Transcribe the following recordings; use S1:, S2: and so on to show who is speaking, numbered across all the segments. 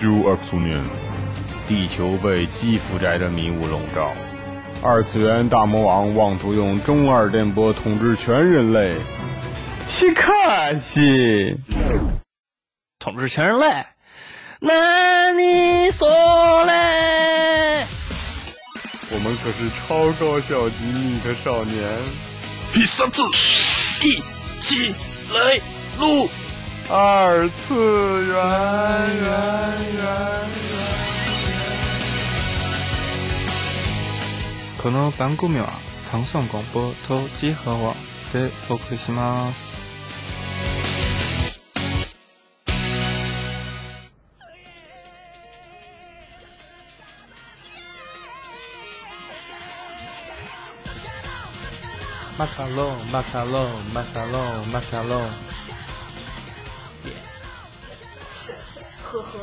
S1: 九二四年，
S2: 地球被基辅宅的迷雾笼罩。
S1: 二次元大魔王妄图用中二电波统治全人类，西卡西。
S3: 统治全人类。那你说嘞？
S1: 我们可是超高校级逆特少年。
S3: 第三次，一起来录
S1: 二次元，元元。
S4: この番組は唐宋广播と集合网でお送りします。马卡龙，马卡龙，马卡龙，马卡龙。
S5: 呵呵，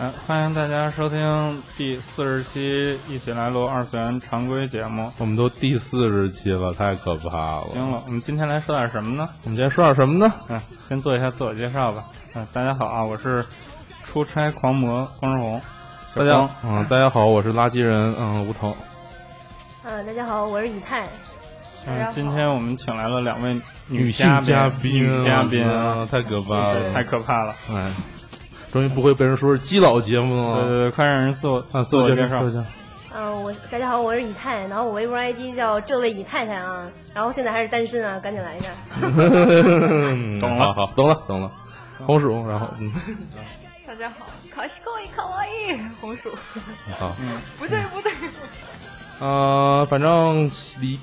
S4: 嗯，欢迎大家收听第四十期《一起来录二次元常规节目》。
S6: 我们都第四十期了，太可怕了！
S4: 行了，我们今天来说点什么呢？
S6: 我们今天说点什么呢？
S4: 嗯，先做一下自我介绍吧。嗯，大家好啊，我是出差狂魔光荣。小
S6: 大家
S4: 光，
S6: 嗯，大家好，我是垃圾人，嗯，吴桐。
S5: 嗯，大家好，我是以太。大
S4: 嗯，
S5: 家好
S4: 今天我们请来了两位
S6: 性
S4: 嘉
S6: 嘉
S4: 宾，女嘉宾
S6: 啊，太可怕
S4: 对太
S6: 了！
S4: 可怕了。
S6: 哎，终于不会被人说是基佬节目
S4: 对
S6: 了。
S4: 对对，快让人自我
S6: 嗯啊，
S4: 自
S6: 自我
S4: 我
S6: 介
S4: 介
S6: 绍
S4: 绍
S6: 一。下。
S5: 嗯，我大家好，我是以太，然后我微博 ID 叫这位以太太啊，然后现在还是单身啊，赶紧来一下。
S6: 懂了，嗯好，懂了，懂了。红薯，然后嗯，
S7: 大家好，卡西可以卡哇伊，红薯，
S6: 好， 嗯
S7: 不对不对，
S6: 呃，反正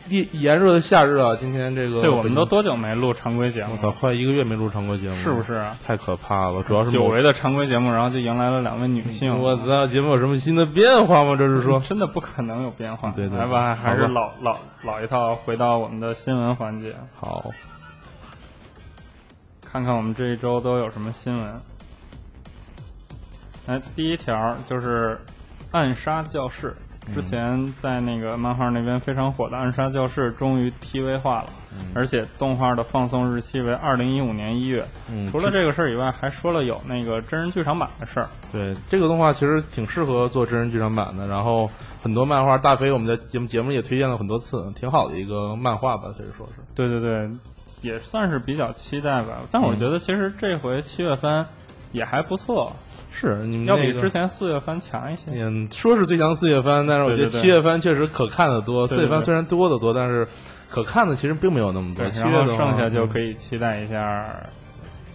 S6: 炎炎热的夏日啊，今天这个
S4: 对，我们都多久没录常规节目
S6: 我
S4: 了？
S6: 操，快一个月没录常规节目，
S4: 是不？是啊？
S6: 太可怕了，主要是
S4: 久
S6: 某嗯
S4: 违的常规节目，然后就迎来了两位女性。
S6: 我操，节目有什么新的变化吗？这是说，
S4: 真的不可能有变化，
S6: 对对
S4: 来吧，
S6: 好吧
S4: 还是老老老一套，回到我们的新闻环节，
S6: 好，
S4: 看看我们这一周都有什么新闻。来，第一条就是《暗杀教室》，
S6: 嗯
S4: 之前在那个漫画那边非常火的《暗杀教室》终于 TV 化了，
S6: 嗯
S4: 而且动画的放送日期为二零一五年一月。
S6: 嗯
S4: 除了这个事儿以外，还说了有那个真人剧场版的事儿。
S6: 对这个动画其实挺适合做真人剧场版的，然后很多漫画，大飞我们在节目节目也推荐了很多次，挺好的一个漫画吧，可以说是。
S4: 对对对，也算是比较期待吧。但我觉得其实这回七月番也还不错，
S6: 是你们
S4: 要比
S6: 那个
S4: 之前四月番强一些。
S6: 嗯，说是最强四月番，但是我觉得
S4: 对对对
S6: 七月番确实可看的多，
S4: 对对
S6: 四月番
S4: 对
S6: 虽然多的多，但是可看的其实并没有那么多。七
S4: 然
S6: 月
S4: 后
S6: 的嗯
S4: 剩下就
S6: 以。
S4: 可以期待一下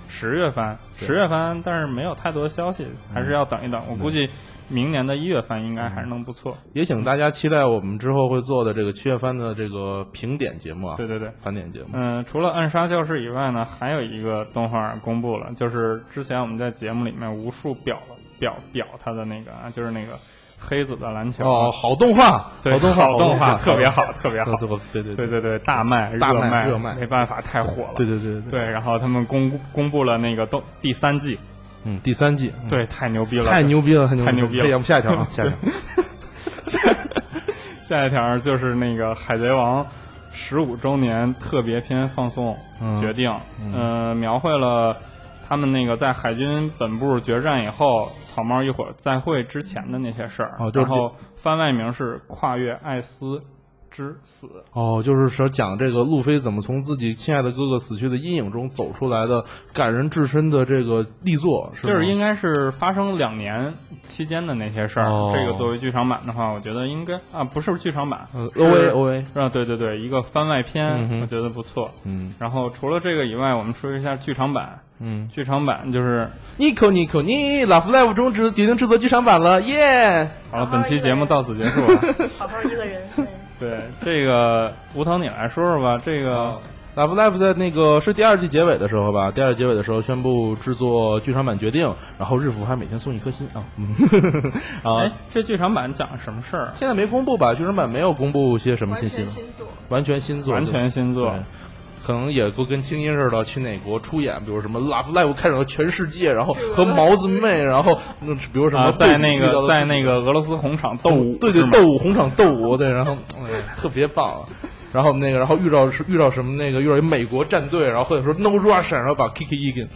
S4: 十月番。
S6: 对
S4: 十月番，但是没有太多消息，还是要等一等。我估计明年的一月番应该还是能不错。
S6: 也请大家期待我们之后会做的这个七月番的这个评点节目啊，
S4: 对对对。
S6: 盘点节目。
S4: 嗯，除了《暗杀教室》以外呢，还有一个动画公布了，就是之前我们在节目里面无数表了表表他的那个啊，就是那个黑子的篮球啊
S6: 哦，好动画，
S4: 对，
S6: 动画， 好
S4: 动
S6: 画，
S4: 特别好，特别好。
S6: 对吧呃对对
S4: 对对对，大卖
S6: 大卖
S4: 卖
S6: 热卖
S4: 没办法，太火了。
S6: 对对对对，
S4: 对，然后他们公公布了那个动第三季，
S6: 嗯，第三季，嗯
S4: 对，太牛逼了，
S6: 太牛逼了，
S4: 太
S6: 太
S4: 牛
S6: 牛
S4: 逼了
S6: 哎要不下一 条啊，下一条。
S4: 下一条就是那个《海贼王》十五周年特别篇放送
S6: 嗯
S4: 决定，嗯、呃，描绘了他们那个在海军本部决战以后，草帽一伙再会之前的那些事儿。
S6: 哦就是
S4: 然后番外名是《跨越艾斯之死》。
S6: 哦，就是说讲这个路飞怎么从自己亲爱的哥哥死去的阴影中走出来的感人至深的这个力作，是吗
S4: 就是应该是发生两年期间的那些事儿。
S6: 哦
S4: 这个作为剧场版的话，我觉得应该啊，不是剧场版
S6: 呃
S4: 是
S6: OVA OVA
S4: 啊，对对对，一个番外篇
S6: 嗯，哼
S4: 我觉得不错。
S6: 嗯
S4: 然后除了这个以外，我们说一下剧场版。
S6: 嗯
S4: 剧场版就是
S6: ，Nico Nico 你 Love Live 终止决定制作剧场版了，耶！
S4: 好了，本
S6: 啊
S4: 期节目到此结束了。
S5: 好好一个人，对
S4: 对这个吴腾，你来说说吧。这
S6: 哦
S4: 个
S6: Love Live 在那个是第二季结尾的时候吧，第二季结尾的时候宣布制作剧场版决定，然后日服还每天送一颗心啊，嗯，
S4: 哎
S6: 啊，，
S4: 这剧场版讲什么事儿？啊
S6: 现在没公布吧，剧场版没有公布些什么
S7: 完
S6: 信息
S7: 全
S6: 了，
S7: 新作，
S6: 完全新作，
S4: 完
S6: 对
S4: 全新作啊
S6: 对，可能也都跟清音似的，去哪国出演，比如什么 Love Live 开展到全世界，然后和毛子妹，然后嗯比如什么
S4: 啊，在那
S6: 被遇
S4: 个
S6: 到的
S4: 在那个俄罗斯红场斗舞，
S6: 对对
S4: 是吗
S6: 斗舞红场斗舞，对，然后、哎呀、特别棒、啊。然后那个，然后遇到遇到什么 那个遇到一美国战队，然后或者说 No Russian，然后把 Kiki Egan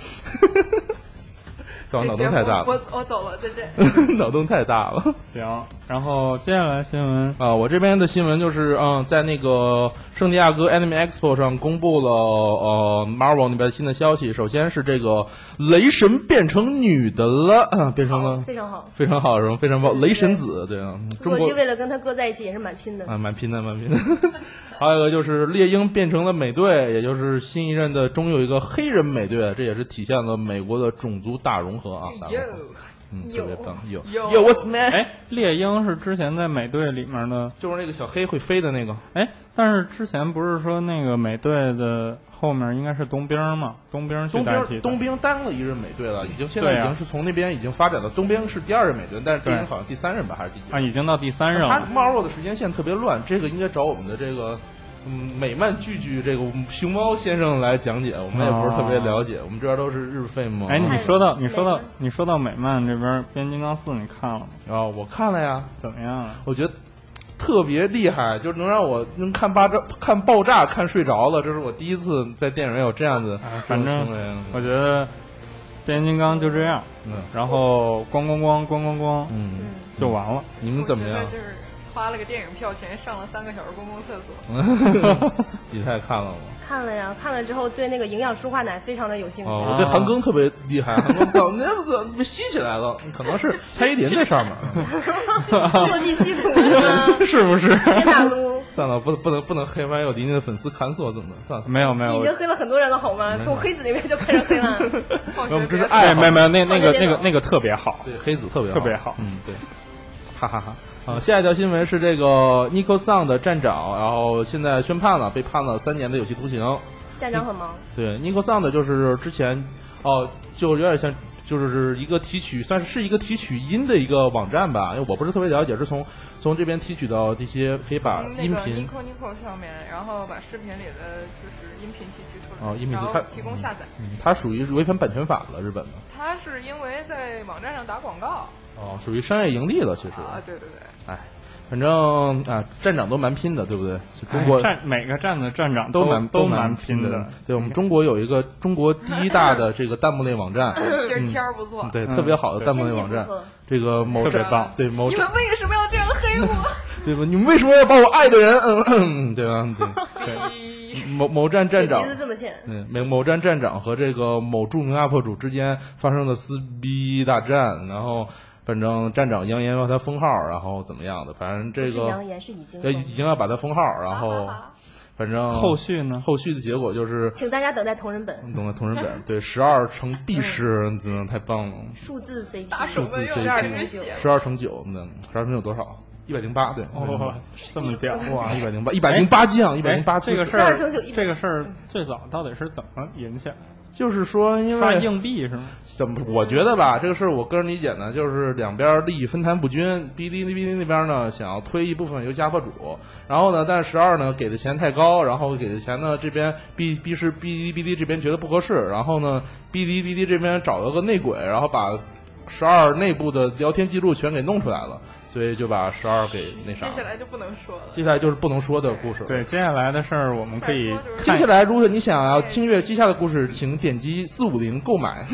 S6: 这我脑
S7: 这
S6: 洞
S7: 节
S6: 太
S7: 目
S6: 大了，
S7: 哎我我走了，再见。
S6: 脑洞太大了。
S4: 行，然后接下来新闻
S6: 啊，我这边的新闻就是，嗯，在那个圣地亚哥 Anime Expo 上公布了呃 Marvel 那边新的消息。首先是这个雷神变成女的了，嗯变成了
S5: 非常好。
S6: 非常好，然后非常棒，雷神子，对啊，中
S5: 洛
S6: 国
S5: 基为了跟他哥在一起也是蛮拼的，
S6: 啊，蛮拼的，蛮拼的。 还有一个就是猎鹰变成了美队，也就是新一任的中有一个黑人美队，这也是体现了美国的种族大融合啊，大融合，
S7: 哟，
S6: 嗯，
S5: 哟
S6: 特别棒，有
S7: 哟
S6: 有 what's man，
S4: 哎，猎鹰是之前在美队里面的，
S6: 就是那个小黑会飞的那个，
S4: 哎，但是之前不是说那个美队的后面应该是冬兵嘛？冬兵去
S6: 冬
S4: 代替
S6: 兵
S4: 的
S6: 冬兵当了一任美队了，已经现
S4: 对
S6: 在已
S4: 啊
S6: 经是从那边已经发展到冬兵是第二任美队，但是
S4: 对
S6: 猎鹰好像第三任吧还是第几
S4: 啊，
S6: 任？
S4: 已经到第三任
S6: 他
S4: 了。
S6: Marvel 的时间线特别乱，这个应该找我们的这个。嗯，美漫剧剧这个熊猫先生来讲解，我们也不是特别了解，我们这边都是日费嘛。
S4: 哦哎，你
S5: 看
S4: 说到你说
S5: 美
S4: 到
S5: 漫
S4: 你说到美漫这边《变形金刚四》，你看了吗？
S6: 啊，我看了呀，
S4: 怎么样啊？
S6: 我觉得特别厉害，就是能让我能看爆炸、看爆炸看睡着了，这是我第一次在电影院有这样的这
S4: 啊反
S6: 种
S4: 正
S6: 行为。啊
S4: 我觉得《变形金刚》就这样，
S6: 嗯
S4: 然后咣咣咣咣咣咣
S6: 嗯，
S4: 就完了。
S6: 你们怎么样
S7: 我觉得？就是花了个电影票钱，上了三个小时公共厕所。
S6: 李泰看了吗？
S5: 看了呀，看了之后对那个营养舒化奶非常的有兴趣。
S6: 哦，我对 韩庚特别厉害，韩庚怎 那不怎被吸起来了？可能是蔡依林在上面。
S5: 坐地吸土吗？
S6: 是不是？
S5: 天打撸，
S6: 算了，不不能不能黑弯有林的粉丝砍死我怎么的？算了，
S4: 没有没有，
S5: 你已
S4: 我
S5: 经黑了很多人了好吗？从黑子里面就开始黑了。
S7: 放学
S6: 嗯我们这是
S7: 别
S6: 爱好
S4: 哎没有没有那那个
S5: 放在
S4: 那
S5: 电脑
S4: 个那个特别好，
S6: 对黑子特别
S4: 特别好
S6: 嗯，对，哈哈哈。啊，下一条新闻是这个 Nico Sun 的站长，然后现在宣判了，被判了三年的有期徒刑。
S5: 站长很忙，
S6: 对，Nico Sun 的就是之前哦，就有点像。就是一个提取，算是一个提取音的一个网站吧，因为我不是特别了解，是从从这边提取到这些，可以把
S7: 从那
S6: 啊音
S7: 个
S6: 频
S7: Nico Nico 上面，然后把视频里的就是音频提取出来，
S6: 哦音频嗯
S7: 然后
S6: 它
S7: 提供下载。
S6: 它属于违反版权法了，日本的
S7: 他是因为在网站上打广告
S6: 哦，属于商业盈利了，其实，
S7: 啊，对对对，
S6: 哎，反正啊，站长都蛮拼的，对不对？中国
S4: 哎站每个站的站长
S6: 都
S4: 蛮
S6: 蛮
S4: 都
S6: 蛮
S4: 拼
S6: 的，对我们中国有一个中国第一大的这个弹幕类网站，
S7: 今儿天儿不错。
S6: 嗯对，
S4: 嗯
S6: 特别好的弹幕类
S5: 天气
S6: 网
S5: 不
S6: 站，
S5: 错。
S6: 这个某
S4: 特别
S6: 站
S4: 棒
S6: 对某
S7: 你们为什么要这样 黑我？
S6: 对吧？你们为什么要把我爱的人，嗯嗯，对吧？对，某某站站
S5: 这
S6: 长
S5: 鼻。子这么欠，
S6: 嗯，某某站站长和这个某著名 UP 主之间发生了撕逼大战，然后反正站长扬言要他封号，然后怎么样的，反正这
S5: 是
S6: 个呃
S5: 扬言是已经
S6: 要
S5: 封。
S6: 已经要把他封号，然后反正
S4: 后续呢？
S6: 后续的结果就是
S5: 请大家等待同人本，
S6: 懂了同人本，对十二乘
S5: 嗯
S6: 必失，真的太棒了，
S5: 数字 CP，
S7: 大手
S6: 数
S7: 们
S6: 字
S7: 又
S6: CP
S7: 开始写了。
S6: 十二乘九，嗯，十二乘九多少？一百零八，对，
S4: 哦，这么屌哇！
S6: 一百零八，一百零八将，嗯一百零八
S4: 哎这个事
S5: 十二
S4: 儿
S5: 乘九一，
S4: 这个事儿最早到底是怎么引起来的？
S6: 就是说，因
S4: 刷
S6: 为
S4: 硬币是吗？
S6: 怎么？我觉得吧，这个事儿我个人理解呢，就是两边利益分摊不均，哔哩哔哩那边呢想要推一部分游戏 UP 主，然后呢，但是十二呢给的钱太高，然后给的钱呢这边哔哔是哔哩哔哩这边觉得不合适，然后呢哔哩哔哩这边找了个内鬼，然后把十二内部的聊天记录全给弄出来了，所以就把十二给那啥
S7: 接
S6: 了。
S7: 下来就不能说了。
S6: 接下来就是不能说的故事了。
S4: 对，接下来的事儿我们可以
S7: 再说就是
S6: 接
S4: 看
S6: 下。来，如果你想要听阅接下来的故事，请点击四五零购买。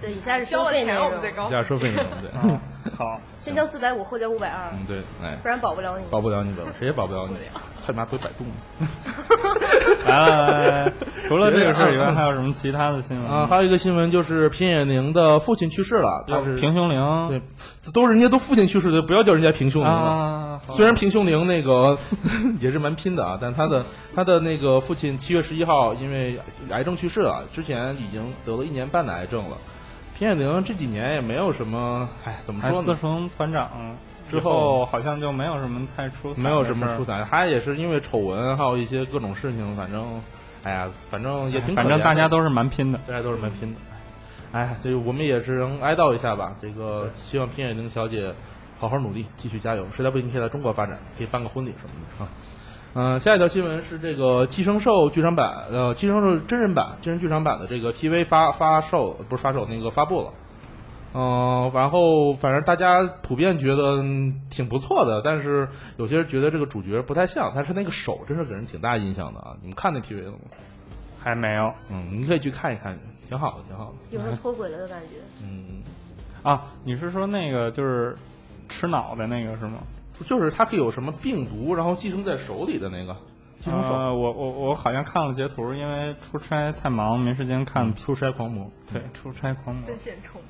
S5: 对，以下是
S7: 交
S5: 收
S7: 了
S5: 费内
S7: 钱我们再
S6: 一
S7: 告诉
S6: 下收费内容，对，
S4: 嗯好，
S5: 先交四百五，后交五百二，
S6: 啊嗯对，哎，
S5: 不然保不了你。
S6: 保不了你的，谁也保不了你，操你妈不会百度吗？
S4: 来来来来 来，除了这个事儿以外，还有什么其他的新闻
S6: 啊，
S4: 吗？
S6: 还有一个新闻就是平野绫的父亲去世了，他是
S4: 平胸
S6: 对
S4: 灵，
S6: 都是人家都父亲去世的，不要叫人家平胸龄了。
S4: 啊，好
S6: 虽然平胸龄那个 也是蛮拼的啊，但他的他的那个父亲七月十一号因为癌症去世了，之前已经得了一年半的癌症了。平野绫这几年也没有什么，哎，怎么
S4: 哎
S6: 说呢
S4: 自？从团长之
S6: 之后
S4: 后，好像就没有什么太出彩的事儿，
S6: 没有什么出彩，他也是因为丑闻，还有一些各种事情，反正，哎呀，反正也挺可怜的，
S4: 反正大家都是蛮拼的。
S6: 大家都是蛮拼的，哎，这我们也是能哀悼一下吧。这个希望平野绫小姐好好努力，继续加油。实在不行，可以来中国发展，可以办个婚礼什么的啊。嗯、下一条新闻是这个《寄生兽》剧场版，呃，《寄生兽》真人版、真人剧场版的这个 PV 发发售，不是发售，那个发布了。嗯、然后反正大家普遍觉得嗯挺不错的，但是有些人觉得这个主角不太像，但是那个手真是给人挺大印象的啊！你们看那 PV 了吗？
S4: 还没有
S6: 嗯，你可以去看一看，挺好的，挺好的。
S5: 有时候脱轨了的感觉。
S6: 嗯，
S4: 啊？你是说那个就是吃脑袋那个是吗？
S6: 就是它可以有什么病毒，然后寄生在手里的那个寄生手。
S4: 呃，我我我好像看了截图，因为出差太忙，没时间
S6: 嗯
S4: 看。出差狂魔，对，出差狂魔，
S7: 真现充，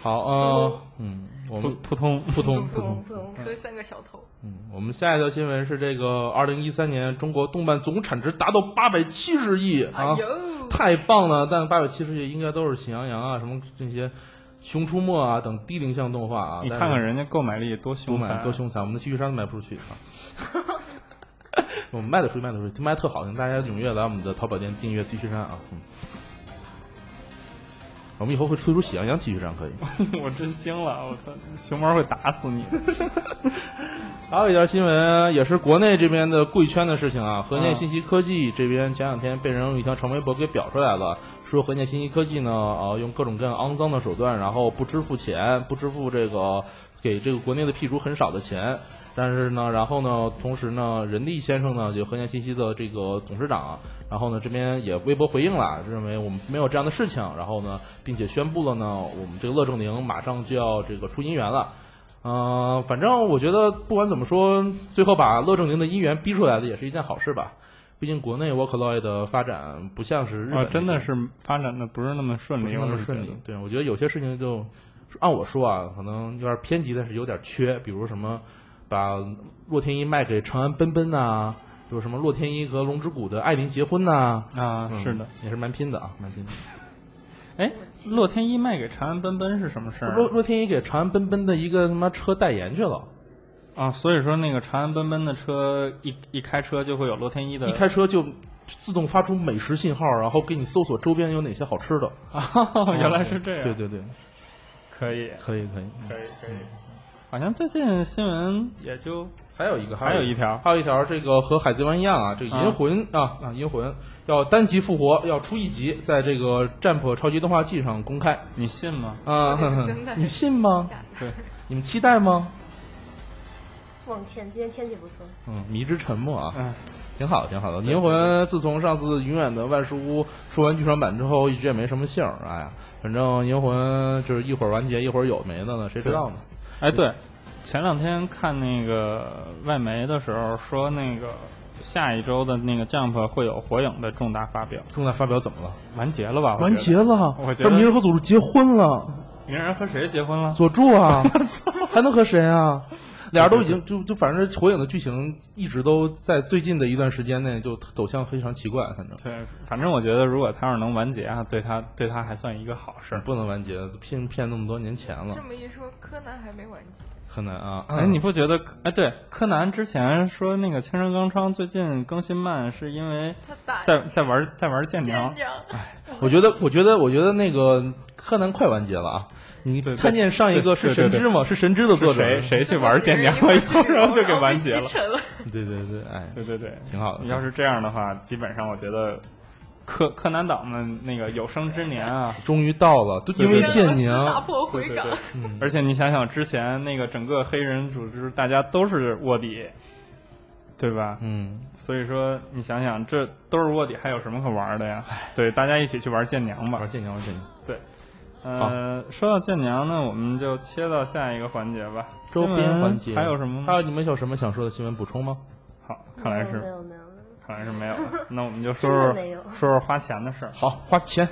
S6: 好，呃，嗯，我
S4: 扑
S6: 们
S4: 扑通
S6: 扑通扑通
S7: 扑通。扑通，这三个小偷，
S6: 嗯我们下一条新闻是这个，二零一三年中国动漫总产值达到八百七十亿
S7: 哎
S6: 啊，
S7: 呦，
S6: 太棒了！但八百七十亿应该都是《喜羊羊》啊，什么这些《熊出没啊》等低龄向动画啊。
S4: 你
S6: 但
S4: 看
S6: 是
S4: 看人家购买力多
S6: 多
S4: 凶
S6: 买
S4: 残，
S6: 多凶残，我们的戏剧商都卖不出去啊。 我们卖得出去，卖得出去，卖得特好，请大家踊跃来我们的淘宝店订阅 T 恤衫啊。嗯，我们以后会推出喜羊羊 T 恤衫，可以。
S4: 啊 我真惊了，我操，熊猫会打死你的。
S6: 还有一条新闻，也是国内这边的贵圈的事情啊。和建信息科技这边前两天被人用一条长微博给表出来了，说和建信息科技呢，呃，用各种各样肮脏的手段，然后不支付钱，不支付这个给这个国内的 P 主很少的钱。但是呢，然后呢，同时呢，任力先生呢，就和建信息的这个董事长，啊然后呢，这边也微博回应了，认为我们没有这样的事情，然后呢，并且宣布了呢，我们这个乐正宁马上就要这个出姻缘了。呃，反正我觉得不管怎么说，最后把乐正宁的姻缘逼出来的也是一件好事吧。毕竟国内 Workloy 的发展不像是日本那
S4: 啊，
S6: 边、
S4: 真的是发展的不是那么顺
S6: 不
S4: 利，
S6: 是那么
S4: 我是
S6: 顺
S4: 觉
S6: 利
S4: 得。。
S6: 对，我觉得有些事情就按我说啊，可能有点偏激，但是有点缺，比如什么把洛天依卖给长安奔奔呐，有什么洛天依和龙之谷的艾琳结婚呐、
S4: 啊，
S6: 嗯
S4: 是的，，
S6: 也是蛮拼的啊，蛮拼的。
S4: 哎，洛天依卖给长安奔奔是什么事儿啊
S6: 洛洛天依给长安奔奔的一个他妈车代言去了，
S4: 啊？所以说那个长安奔奔的车一一开车就会有洛天 依的，
S6: 一开车就自动发出美食信号，然后给你搜索周边有哪些好吃的。
S4: 啊，原来是这样，
S6: 对，对对，
S4: 可以，
S6: 可以可以。
S4: 可以，可以。好像最近新闻也就
S6: 还有一个，
S4: 还有一条
S6: 还有一条，这个和海贼王一样啊，这个
S4: 啊
S6: 银魂啊啊，银魂要单集复活，要出一集，在这个《战破超级动画季》上公开
S4: 你信吗？
S6: 啊
S7: 这 是真的，
S6: 你信吗？
S7: 假的
S4: 对，
S6: 你们期待吗？
S5: 往前，今天天气不错，
S6: 嗯，迷之沉默啊，
S4: 嗯，
S6: 挺好，挺好的。银魂自从上次《永远的万事屋》说完剧场版之后，一直也没什么信儿。哎呀，反正银魂就是一会儿完结，一会儿有没的呢，谁知道呢？
S4: 哎，对，前两天看那个外媒的时候说，那个下一周的那个 Jump 会有火影的重大发表，
S6: 重大发表怎么了？
S4: 完结了吧？我觉得
S6: 完结，了，
S4: 我觉得
S6: 不是鸣人和佐助结婚了。
S4: 鸣人和谁结婚了？
S6: 佐助啊，还能和谁 啊？俩人都已经就就反正火影的剧情一直都在最近的一段时间内就走向非常奇怪，反正
S4: 对，反正我觉得如果他要是能完结啊，对他对他还算一个好事儿。
S6: 不能完结，骗骗那么多年前了
S7: 这，么一说，柯南还没完结，
S6: 很难啊。
S4: 哎，你不觉得？哎，对，柯南之前说那个千山刚昌最近更新慢，是因为
S7: 他打
S4: 在在玩在玩剑娘
S7: 舰，长，
S6: 我觉得，我觉得，我觉得那个柯南快完结了啊！你
S4: 对对
S6: 参见上一个是
S4: 对对
S6: 神
S4: 对
S6: 之吗？是神之的作
S4: 是
S6: 者
S4: 谁谁 去玩剑 娘了以后，然后就给完结了
S7: 被击。沉 了。
S6: 对对对，哎，
S4: 对对对，
S6: 挺好的
S4: 要是这样的话，基本上我觉得柯柯南党们那个有生之年啊，
S6: 终于到了，都因为 剑
S7: 打
S6: 娘，
S7: 破回港，
S4: 而且你想想之前那个整个黑人组织，大家都是卧底，对吧？
S6: 嗯，
S4: 所以说你想想，这都是卧底，还有什么可玩的呀？对，大家一起去玩剑娘吧
S6: 玩。剑娘，玩剑娘。
S4: 呃，说到剑娘呢，我们就切到下一个环节吧。
S6: 周
S4: 新
S6: 边
S4: 闻
S6: 环节
S4: 还有什么
S6: 还
S4: 吗？
S6: 有你们有什么想说的新闻补充吗？
S4: 好，看来
S5: 没
S4: 是
S5: 有没有没有，
S4: 看来是没有 了。那我们就说
S5: 真
S4: 说
S5: 的没有，
S4: 说说花钱的事儿。
S6: 好，花钱，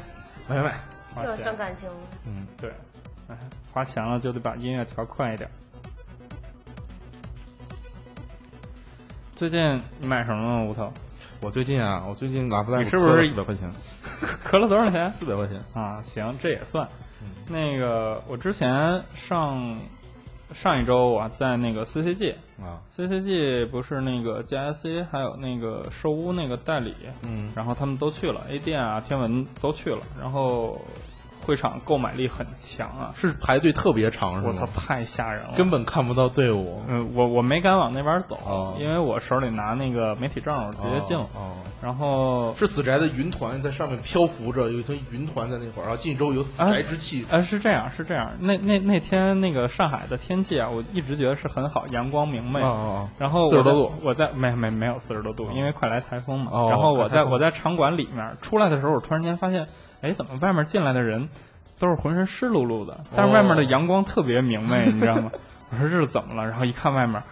S6: 买买买。
S4: 花
S5: 又要
S4: 钱
S5: 伤感情了。
S4: 对，哎花钱了就得把音乐调快一点。最近你买什么了，吴头？
S6: 我最近啊，我最近拉布拉
S4: 你是不是
S6: 四百块钱？
S4: 咳了多少 钱？
S6: 四百块钱，
S4: 啊，行，这也算。
S6: 嗯
S4: 那个，我之前上上一周我在那个 CCG。
S6: 啊
S4: CCG 不是那个 GSC，还有那个兽屋那个代理，
S6: 嗯，
S4: 然后他们都去了，A 店啊、天文都去了，然后会场购买力很强啊！
S6: 是排队特别长是
S4: 我
S6: 吗？
S4: 操，，太吓人了！
S6: 嗯根本看不到队伍。
S4: 嗯，我我没敢往那边走，
S6: 哦
S4: 因为我手里拿那个媒体证，我直接进了。
S6: 哦，
S4: 然后
S6: 是死宅的云团在上面漂浮着，有一层云团在那块儿，然后进去之后有死宅之气。
S4: 呃，是这样，是这样。那那那天那个上海的天气啊，我一直觉得是很好，阳光明媚。
S6: 哦哦哦
S4: 然后我
S6: 40多
S4: 在
S6: 度
S4: 我在没没没有四十多度，因为快来台风嘛。
S6: 哦
S4: 然后我
S6: 快台
S4: 在
S6: 风
S4: 我在场馆里面出来的时候，我突然间发现，哎，怎么外面进来的人都是浑身湿漉漉
S6: 哦
S4: 的，但是外面的阳光特别明媚，你知道吗？ 我说这是怎么了？然后一看外面。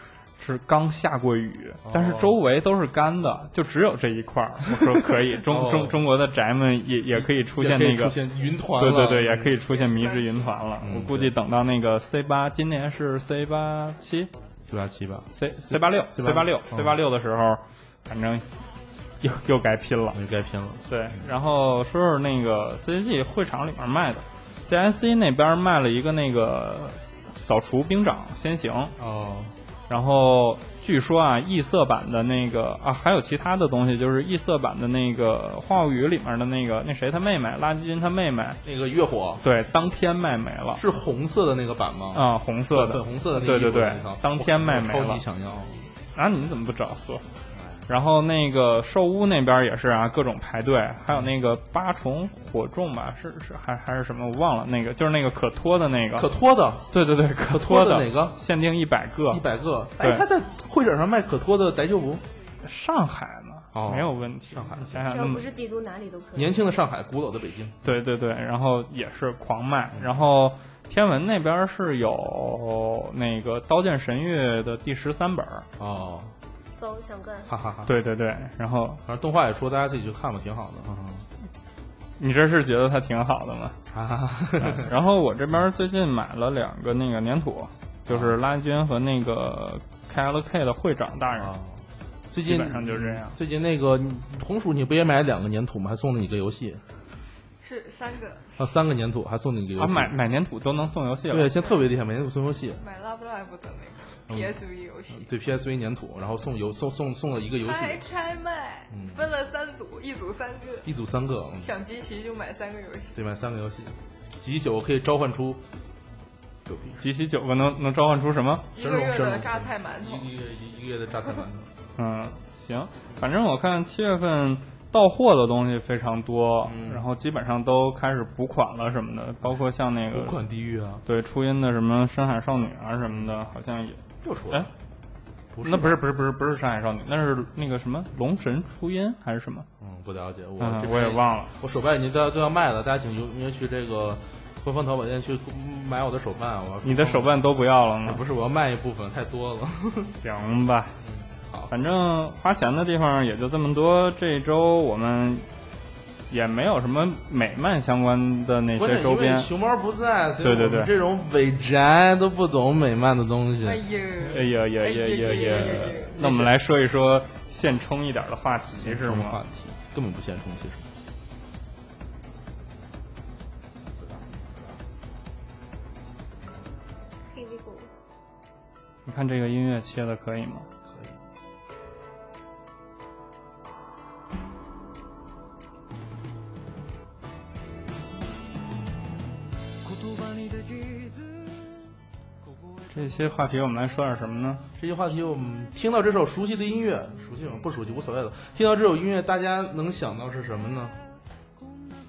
S4: 是刚下过雨，
S6: 哦
S4: 但是周围都是干的，就只有这一块儿。我说可 以，中
S6: 哦
S4: 中中国的宅们也也可以出现
S6: 也
S4: 那
S6: 可以
S4: 个
S6: 出现云团
S4: 对
S6: 了，
S4: 对对，也可以出现迷之云团了。
S6: 嗯
S4: 我估计等到那个 C 八，今年是 C 八七、
S6: 四八七吧，
S4: C C 八六、C 嗯八六、C 八六的时候，反正又又该拼了。
S6: 那就该拼了。
S4: 对，然后说说那个 CCG 会场里面卖的，CSC 那边卖了一个那个扫除兵长先行，
S6: 哦，
S4: 然后据说啊，异色版的那个啊，还有其他的东西，就是异色版的那个《话物语》里面的那个那谁他妹妹垃圾君他妹妹，
S6: 那个月火
S4: 对，当天卖没了。
S6: 是红色的那个版吗？
S4: 啊、红色的，
S6: 粉红色的那个
S4: 对
S6: 衣服
S4: 对对
S6: 那套，
S4: 当天卖没
S6: 我超
S4: 了
S6: 级。想要。
S4: 啊，你怎么不找索？然后那个兽屋那边也是啊，各种排队，还有那个八重火种吧，是是还还是什么我忘了，那个就是那个可托的那个，
S6: 可托的
S4: 对对对，可托
S6: 可托的哪个
S4: 限定一百个
S6: 一，百个，
S4: 对
S6: 哎，他在会展上卖可托的逮鹫服，
S4: 上海嘛、
S6: 哦
S4: 没有问题。上海，想想啊
S5: 只
S4: 那
S5: 要
S4: 么
S5: 不是帝都哪里都可以。
S6: 年轻的上海，古老的北京，
S4: 对对对，然后也是狂卖，
S6: 嗯
S4: 然后天文那边是有那个《刀剑神域》的第十三本儿，
S6: 哦，
S5: 搜想干，
S6: 哈哈哈。，
S4: 对对对，然后
S6: 反正动画也说，大家自己去看吧，挺好的。
S4: 嗯你这是觉得它挺好的吗？
S6: 哈哈哈。
S4: 然后我这边最近买了两个那个粘土，就是拉君和那个 KLK 的会长大人。
S6: 啊，最
S4: 基
S6: 近
S4: 本上就是这样
S6: 最近那个你红薯，你不也买两个粘土吗？还送了你一个游戏，
S7: 是三个
S6: 啊，三个粘土，还送你一个游
S4: 啊，
S6: 戏。
S4: 买买粘土都能送游戏
S6: 对，
S4: 了。
S6: 现在特别厉害，每天都送游戏，
S7: 买 Love Live 的
S4: 嗯
S7: 那个 PSV 游戏，
S6: 对 PSV 粘土，然后送游送送送了一个游
S7: 他还
S6: 戏，
S7: 拆卖，
S4: 嗯
S7: 分了三组，一组三个，
S6: 一组三个，嗯
S7: 想集齐就买三个游戏。
S6: 对，买三个游戏，集九可以召唤出九匹。
S4: 集齐九个能能召唤出什么？
S7: 一个月
S6: 神龙
S7: 的榨菜馒头，
S6: 一个月一个月的榨菜馒 头，
S4: 嗯，行，反正我看七月份到货的东西非常多，然后基本上都开始补款了什么的，包括像那个
S6: 无款地狱啊，
S4: 对初音的什么深海少女啊什么的，好像也
S6: 又出
S4: 哎
S6: 来，，不是
S4: 那不是不是不是不是深海少女，那是那个什么龙神初音还是什么？
S6: 嗯，不了解，我
S4: 嗯
S6: 这，边
S4: 我也忘了。
S6: 我手办已经都要都要卖了，大家请踊跃去这个官方淘宝店去买我的手办，啊我要
S4: 你的手办都不要了吗？
S6: 不是我要卖一部分，太多了。
S4: 行吧，
S6: 好
S4: 反正花钱的地方也就这么多。这周我们也没有什么美漫相关的那
S6: 关
S4: 些
S6: 键因
S4: 周
S6: 为
S4: 边。
S6: 熊猫不在，所以
S4: 对对
S6: 我们
S4: 对
S6: 这种伪宅都不懂美漫的东西。
S7: 哎呀，
S4: 哎呀呀呀呀呀！那我们来说一说现充一点的话题是
S6: 什么话
S4: 吗
S6: 题？根本不现充，其实。
S5: 黑米狗，
S4: 你看这个音乐切的可以吗？这些话题我们来说点什么呢？
S6: 这些话题，我们听到这首熟悉的音乐，熟悉吗？不熟悉无所谓了。听到这首音乐，大家能想到是什么呢？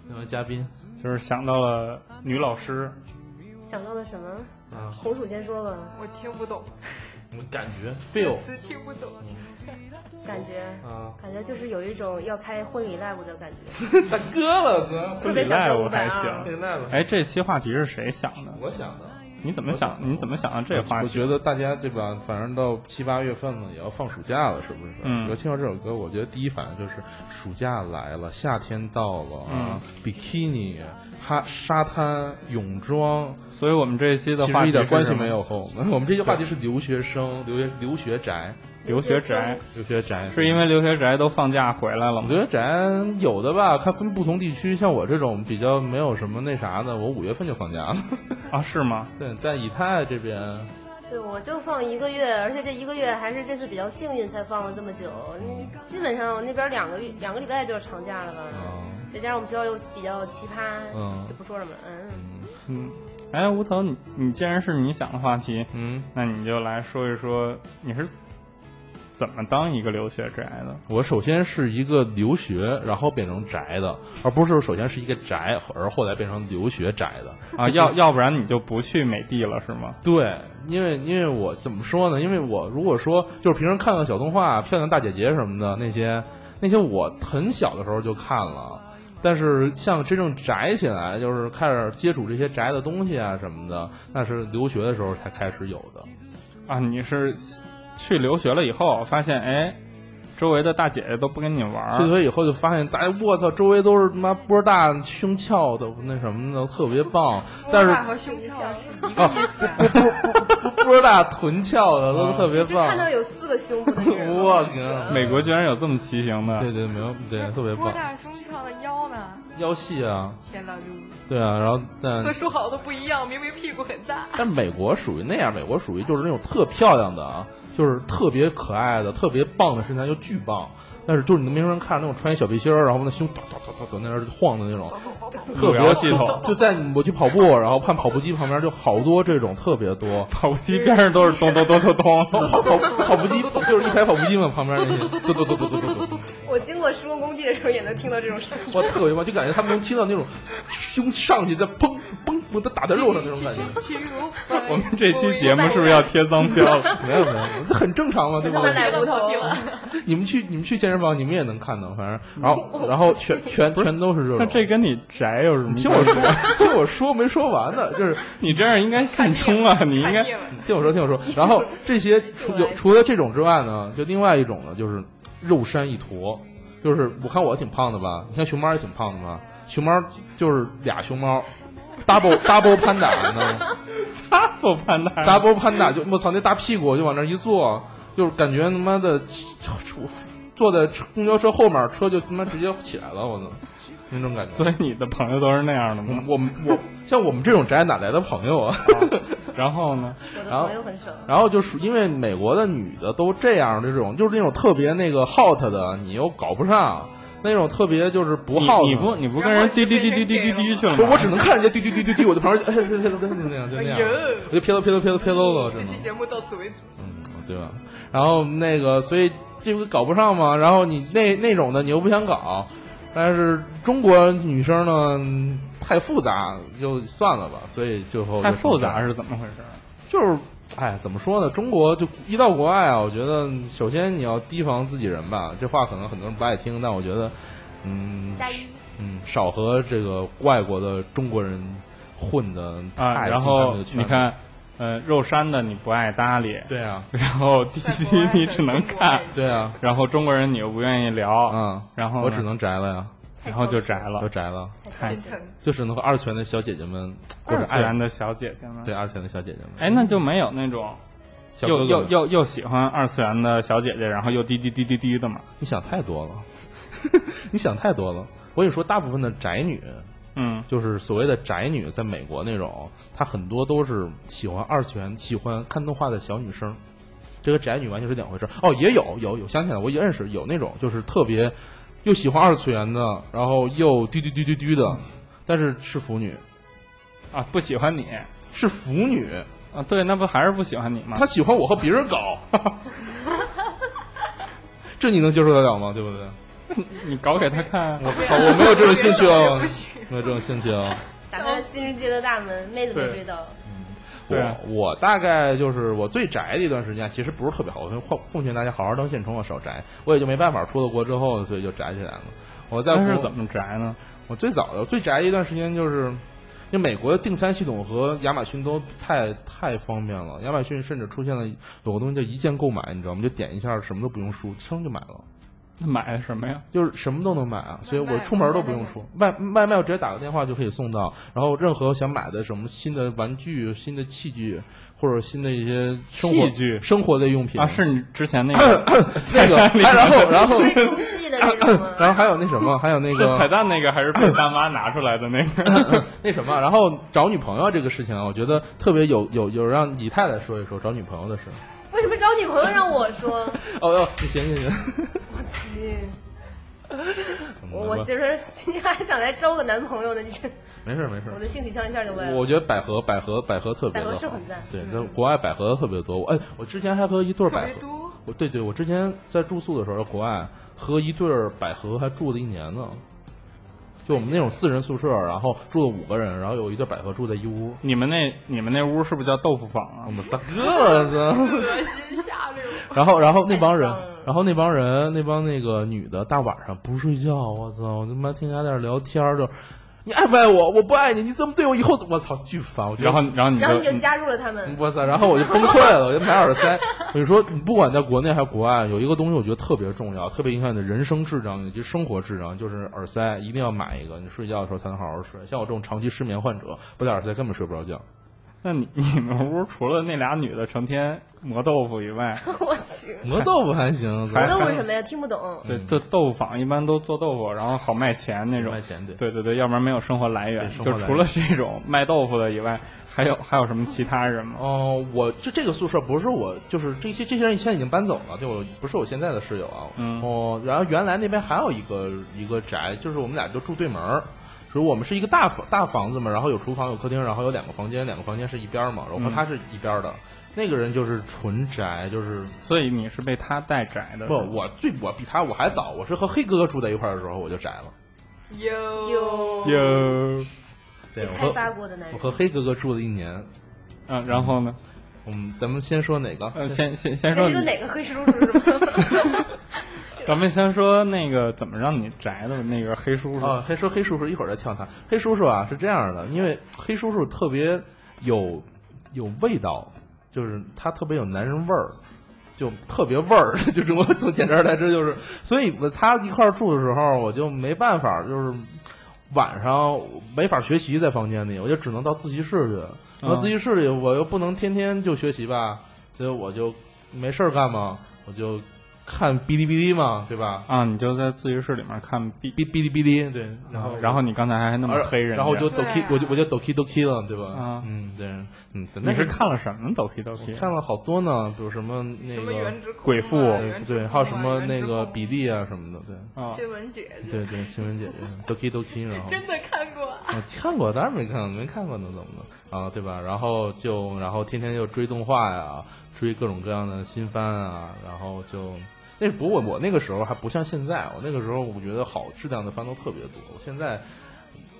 S6: 两位嘉宾
S4: 就是想到了女老师，
S5: 想到了什么？
S6: 啊，
S5: 红薯先说吧，
S7: 我听不懂，
S6: 我们感觉 feel
S7: 词听不懂，
S5: 感觉。
S6: 啊，
S5: 感觉就是有一种要开婚礼 live 的感觉，
S6: 大哥了，
S5: 特
S6: 咱
S5: 别想
S4: 礼
S5: 说
S4: 拜我
S5: 五百
S4: 还
S5: 二。
S4: 行
S6: 现在了，
S4: 哎，这期话题是谁想的？
S6: 我想的。
S4: 你怎么想？你怎么想到这
S6: 我
S4: 话
S6: 我
S4: 题？
S6: 觉得大家对吧？反正到七八月份了，也要放暑假了，是不是？
S4: 嗯
S6: 我听到这首歌，我觉得第一反应就是暑假来了，夏天到了，
S4: 嗯
S6: 啊，比基尼、哈沙滩、泳装，
S4: 所以我们这一期的
S6: 其
S4: 话
S6: 实
S4: 题
S6: 一点
S4: 是
S6: 关
S4: 什
S6: 系
S4: 么
S6: 没有。和我们我们这些话题是留学生、留学留学宅、
S4: 留学宅
S6: 留学宅，
S4: 是因为留学宅都放假回来了吗？
S6: 留学宅有的吧，它分不同地区，像我这种比较没有什么那啥的，我五月份就放假了。
S4: 啊，是吗？
S6: 对，在以太这边，
S5: 对，我就放一个月，而且这一个月还是这次比较幸运才放了这么久，嗯基本上那边两个月两个礼拜就是长假了吧？
S6: 嗯
S5: 再加上我们学校又比较奇葩，
S6: 嗯
S5: 就不说什么了。嗯，
S4: 嗯，哎，吴头，你你既然是你想的话题，
S6: 嗯，
S4: 那你就来说一说你是怎么当一个留学宅的？
S6: 我首先是一个留学，然后变成宅的，而不是首先是一个宅，而后来变成留学宅的。
S4: 啊，要要不然你就不去美的了是吗？
S6: 对，因为因为我怎么说呢？因为我如果说就是平时看看小动画、漂亮大姐姐什么的那些，那些我很小的时候就看了。但是像真正宅起来，就是开始接触这些宅的东西啊什么的，那是留学的时候才开始有的。
S4: 啊，你是去留学了以后发现，哎，周围的大姐姐都不跟你玩
S6: 去
S4: 儿，
S6: 学以后就发现，大家我操，周围都是他妈波大胸翘的那什么的，特别棒。但是
S7: 波大和胸翘是一个意思啊。
S6: 波大臀翘的都特别
S5: 就
S6: 棒
S5: 看。到有四个胸部的女人，
S6: 我靠！
S4: 美国居然有这么畸形的
S6: 对，对，没有对，特别
S7: 波
S6: 棒，
S7: 大胸翘的腰呢？
S6: 腰细啊。
S7: 天呐，
S6: 对啊，然后但
S7: 和说好的不一样，明明屁股很大。
S6: 但美国属于那样，美国属于就是那种特漂亮的啊，就是特别可爱的、特别棒的身材，就巨棒。但是就是你能明显看着那种穿一小背心儿，然后那胸哒哒哒哒哒在那儿晃的那种，特
S4: 路
S6: 别
S4: 遥系统，，
S6: 就在我去跑步，然后看跑步机旁边就好多这种特别多
S4: 跑步机边上都是咚咚咚咚咚。
S6: 跑跑跑步机就是一排跑步机嘛，旁边那些嘟嘟嘟嘟嘟 嘟嘟嘟，
S5: 我经过施工工地的时候也能听到这种声音。
S6: 哇，特别棒，就感觉他们能听到那种胸上去再砰砰砰的打在肉上那种感觉。
S4: 我们这期节目是不是要贴脏标 了？
S6: 没有没有，这很正常嘛，对吧？
S5: 他们来不头，
S6: 你们去你们去健身房，你们也能看到，反正然 后然后全全全都是这
S4: 那
S6: 种。
S4: 这跟你宅有什么？
S6: 听我，说，听我说没说完呢，就是
S4: 你这样应该现充啊！你应
S7: 看
S4: 该
S7: 叶文
S6: 听我说听我说。然后这些 除有
S5: 对
S6: 除了这种之外呢，就另外一种呢，就是肉山一坨。就是我看我挺胖的吧，你看熊猫也挺胖的吧，熊猫就是俩熊猫，double double panda 呢。
S4: 他不攀他。
S6: double panda 就我操那大屁股就往那儿一坐，就是感觉他妈的坐在公交车后面，车就他妈直接起来了，我操，那种感觉。
S4: 所以你的朋友都是那样的吗？
S6: 我们我像我们这种宅哪来的朋友啊？
S4: 然后呢？
S5: 我的朋友很少。
S6: 然后就是因为美国的女的都这样，这种就是那种特别那个 hot 的，你又搞不上，那种特别就是不
S4: 你
S6: hot
S4: 你
S6: 的
S4: 不你不跟人滴滴滴滴滴滴滴去了
S6: 不是，
S4: 吗？
S6: 我只能看人家滴滴滴滴滴，我在旁边就哎，对对对对，那样就那样，我就撇头撇头撇头撇头了，真
S7: 这
S6: 的
S7: 期。节目到此为止。
S6: 哦对吧？然后那个，所以这个搞不上嘛。然后你那那种的，你又不想搞。但是中国女生呢，嗯太复杂，就算了吧。所以最后
S4: 太
S6: 就
S4: 复杂，是怎么回事？
S6: 就是哎，怎么说呢？中国就一到国外啊，我觉得首先你要提防自己人吧。这话可能很多人不爱听，但我觉得，嗯
S5: 加一，
S6: 嗯，少和这个外国的中国人混的
S4: 啊，然后你，看，呃，肉山的你不爱搭理，
S6: 对啊，
S4: 然后滴滴滴你只能看，
S6: 对啊，
S4: 然后中国人你又不愿意聊，
S6: 嗯，
S4: 然后呢
S6: 我只能宅了呀，
S5: 太
S4: 然后就宅
S6: 都
S4: 了。
S6: 宅了。
S5: 太
S7: 心疼，
S6: 就是能和二次元的小姐姐们过
S4: 二
S6: 着
S4: 次
S6: 爱
S4: 元的小姐姐们，
S6: 对二次元的小姐姐们，
S4: 哎，那就没有那种
S6: 小哥
S4: 又
S6: 哥
S4: 又
S6: 们
S4: 又又喜欢二次元的小姐姐，然后又滴滴滴滴滴的嘛。
S6: 你想太多了， 你想太多了。我跟你说，大部分的宅女，
S4: 嗯，
S6: 就是所谓的宅女，在美国那种，她很多都是喜欢二次元、喜欢看动画的小女生。这个宅女完全是两回事儿。哦，也有有有，想起来了我也认识有那种就是特别又喜欢二次元的，然后又嘟嘟嘟嘟嘟的，但是是腐女，
S4: 啊，不喜欢你
S6: 是腐女，
S4: 啊，对，那不还是不喜欢你吗
S6: 他？喜欢我和别人搞， 这你能接受得了吗？对不对？
S4: 你搞给他看啊，
S6: 我靠，我没有这种兴趣哦
S7: 不行，
S6: 没有这种兴趣哦。
S5: 打开新世界的大门，妹子没追到，
S4: 对啊
S6: 我我大概就是我最宅的一段时间，其实不是特别好，我奉奉劝大家好好当现充啊，少宅。我也就没办法出了国之后，所以就宅起来了。我在
S4: 那
S6: 国
S4: 是怎么宅呢？
S6: 我最早的最宅的一段时间就是，因为美国的订餐系统和亚马逊都太太方便了，亚马逊甚至出现了有个东西叫一键购买，你知道吗？就点一下，什么都不用输，噌就买了。
S4: 那买的什么呀？
S6: 就是什么都能买啊，所以
S7: 外
S6: 我
S7: 卖
S6: 出门都不用出外外卖，我直接打个电话就可以送到。然后任何想买的什么新的玩具、新的器具或者新的一些生活
S4: 器具
S6: 生活类用品
S4: 啊，是你之前那 个
S6: 那个，哎然后然后
S5: 会 充气的那种
S6: 然 后
S5: 吗？
S6: 还有那什么，还有那
S4: 是彩
S6: 个
S4: 蛋那个，还是被大妈拿出来的那 个？
S6: 那什么，然后找女朋友这个事情啊，我觉得特别有有有让李太太说一说找女朋友的事。
S5: 为什么找女朋友让我说？
S6: 哦哦，行行行，
S5: 我去，我我其实 今天还想来招个男朋友呢，你这
S6: 没事儿没事儿
S5: 我。的性取向一下就问了。
S6: 我觉得百合，百合，百合特别的
S5: 百
S6: 好，
S5: 合是很赞
S6: 对，
S5: 嗯
S6: 那国外百合特别多。我哎，我之前还和一对儿百
S7: 特别
S6: 合
S7: 多，
S6: 我对对，我之前在住宿的时候，国外和一对儿百合还住了一年呢。就我们那种四人宿舍，然后住了五个人，然后有一对百合住在一屋。
S4: 你们那你们那屋是不是叫豆腐坊啊
S6: 我？们大个子，
S7: 恶心下流。
S6: 然后然后那帮人
S5: 太脏了，
S6: 然后那帮人，那帮那个女的，大晚上不睡觉，我操！我他妈听人家在那聊天儿，就你爱不爱我？我不爱你，你这么对我，以后怎么？我操，巨烦！我觉得
S4: 然后然后你
S5: 然后你
S4: 就
S6: 嗯
S5: 就加入了他们，
S6: 我操！然后我就崩溃了，我就买耳塞。我就说，你不管在国内还是国外，有一个东西我觉得特别重要，特别影响你的人生质量以及生活质量，就是耳塞，一定要买一个，你睡觉的时候才能好好睡。像我这种长期失眠患者，不戴耳塞根本睡不着觉。
S4: 那你你们屋除了那俩女的成天磨豆腐以外，
S6: 嗯
S5: 我去，
S6: 磨豆腐还行，
S5: 我
S6: 咱
S5: 都为什么呀？听不懂。
S4: 对，这豆腐坊一般都做豆腐，然后好卖钱那种。
S6: 卖钱对
S4: 对对对要不然没有生活来源。
S6: 对生
S4: 就
S6: 活来源
S4: 除了这种卖豆腐的以外，还有还有什么其他人吗？
S6: 哦，我这这个宿舍不是我，就是这些这些人现在已经搬走了，对我不是我现在的室友啊。
S4: 嗯
S6: 哦，然后原来那边还有一个一个宅，就是我们俩就住对门儿。所以我们是一个大房大房子嘛，然后有厨房有客厅，然后有两个房间，两个房间是一边儿嘛，我和他是一边儿的。那个人就是纯宅，就是
S4: 所以你是被他带宅的。
S6: 不我最我比他我还早，我是和黑哥哥住在一块儿的时候我就宅了。
S7: 哟
S5: 有
S4: 哟，
S6: 对，我
S5: 才
S6: 和
S5: 发过的男
S6: 我
S5: 人，
S6: 和黑哥哥住了一年。
S4: 嗯，然后呢？
S6: 我们咱们先说哪个？
S4: 呃，先先先说
S5: 先
S4: 你
S5: 说，哪个黑叔叔是吗？
S4: 咱们先说那个怎么让你宅的那个黑叔叔。
S6: 哦，黑叔黑叔叔一会儿再跳他。黑叔叔啊是这样的，因为黑叔叔特别有有味道，就是他特别有男人味儿，就特别味儿， 就是我总简单来说就是，所以我他一块儿住的时候，我就没办法，就是晚上没法学习在房间里，我就只能到自习室去。然后自习室里我又不能天天就学习吧，所以我就没事儿干嘛，我就看哔哩哔哩嘛，对吧？
S4: 啊，你就在自习室里面看 B，
S6: 哔哔哩哔哩，对，然后
S4: 嗯然后你刚才还那么
S6: 而
S4: 黑人家，
S6: 然后我就抖
S7: 对
S6: K，、
S7: 啊
S6: 我就我就抖 K 抖 K 了，对吧？
S4: 啊
S6: 嗯，对，嗯，
S4: 你
S6: 那
S4: 是看了什么抖 K 抖 K？
S6: 看了好多呢，比如什么那
S7: 什么
S6: 个呃
S7: 原，之空啊
S4: 鬼父
S7: 原之
S6: 对，
S7: 空
S6: 还有
S7: 啊
S6: 什么那个
S7: 原之
S6: 比利啊什么的，对，
S4: 啊
S7: 空，新闻姐姐
S6: 对对，晴雯姐 姐抖 K 抖 K，然后
S7: 真的看过啊，
S6: 我看过，当然没看过，没看过能怎么能啊，对吧？然后就然后天天就追动画呀，追各种各样的新番啊，然后就。那不过我我那个时候还不像现在，我那个时候我觉得好质量的番都特别多，我现在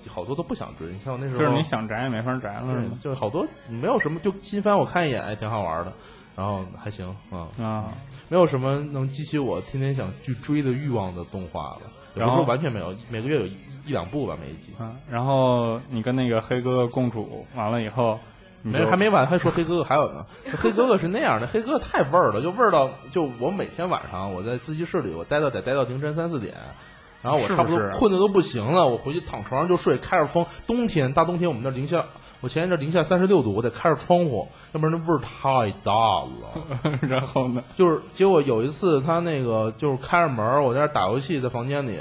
S6: 好多都不想追。你像我那时
S4: 就
S6: 候，
S4: 是你想宅也没法宅了，是吗
S6: 嗯，？就是好多没有什么，就新番我看一眼，哎，挺好玩的，然后还行啊、
S4: 啊，
S6: 没有什么能激起我天天想去追的欲望的动画了，也
S4: 然
S6: 不是
S4: 后
S6: 说完全没有，每个月有一一两部吧，每一集。
S4: 嗯，然后你跟那个黑哥哥共处完了以后，你
S6: 没
S4: 就
S6: 还没完，还说黑哥哥还有呢。 黑哥哥是那样的，黑哥哥太味儿了，就味儿到就我每天晚上我在自习室里，我待到得待到凌晨三四点，然后我
S4: 是不
S6: 差不多
S4: 是
S6: 困的都不行了，我回去躺床上就睡，开着风，冬天大冬天我们那零下，我前一阵零下三十六度，我得开着窗户，要不然那味儿太大了。
S4: 然后呢？
S6: 就是结果有一次他那个就是开着门儿，我在那儿打游戏，在房间里，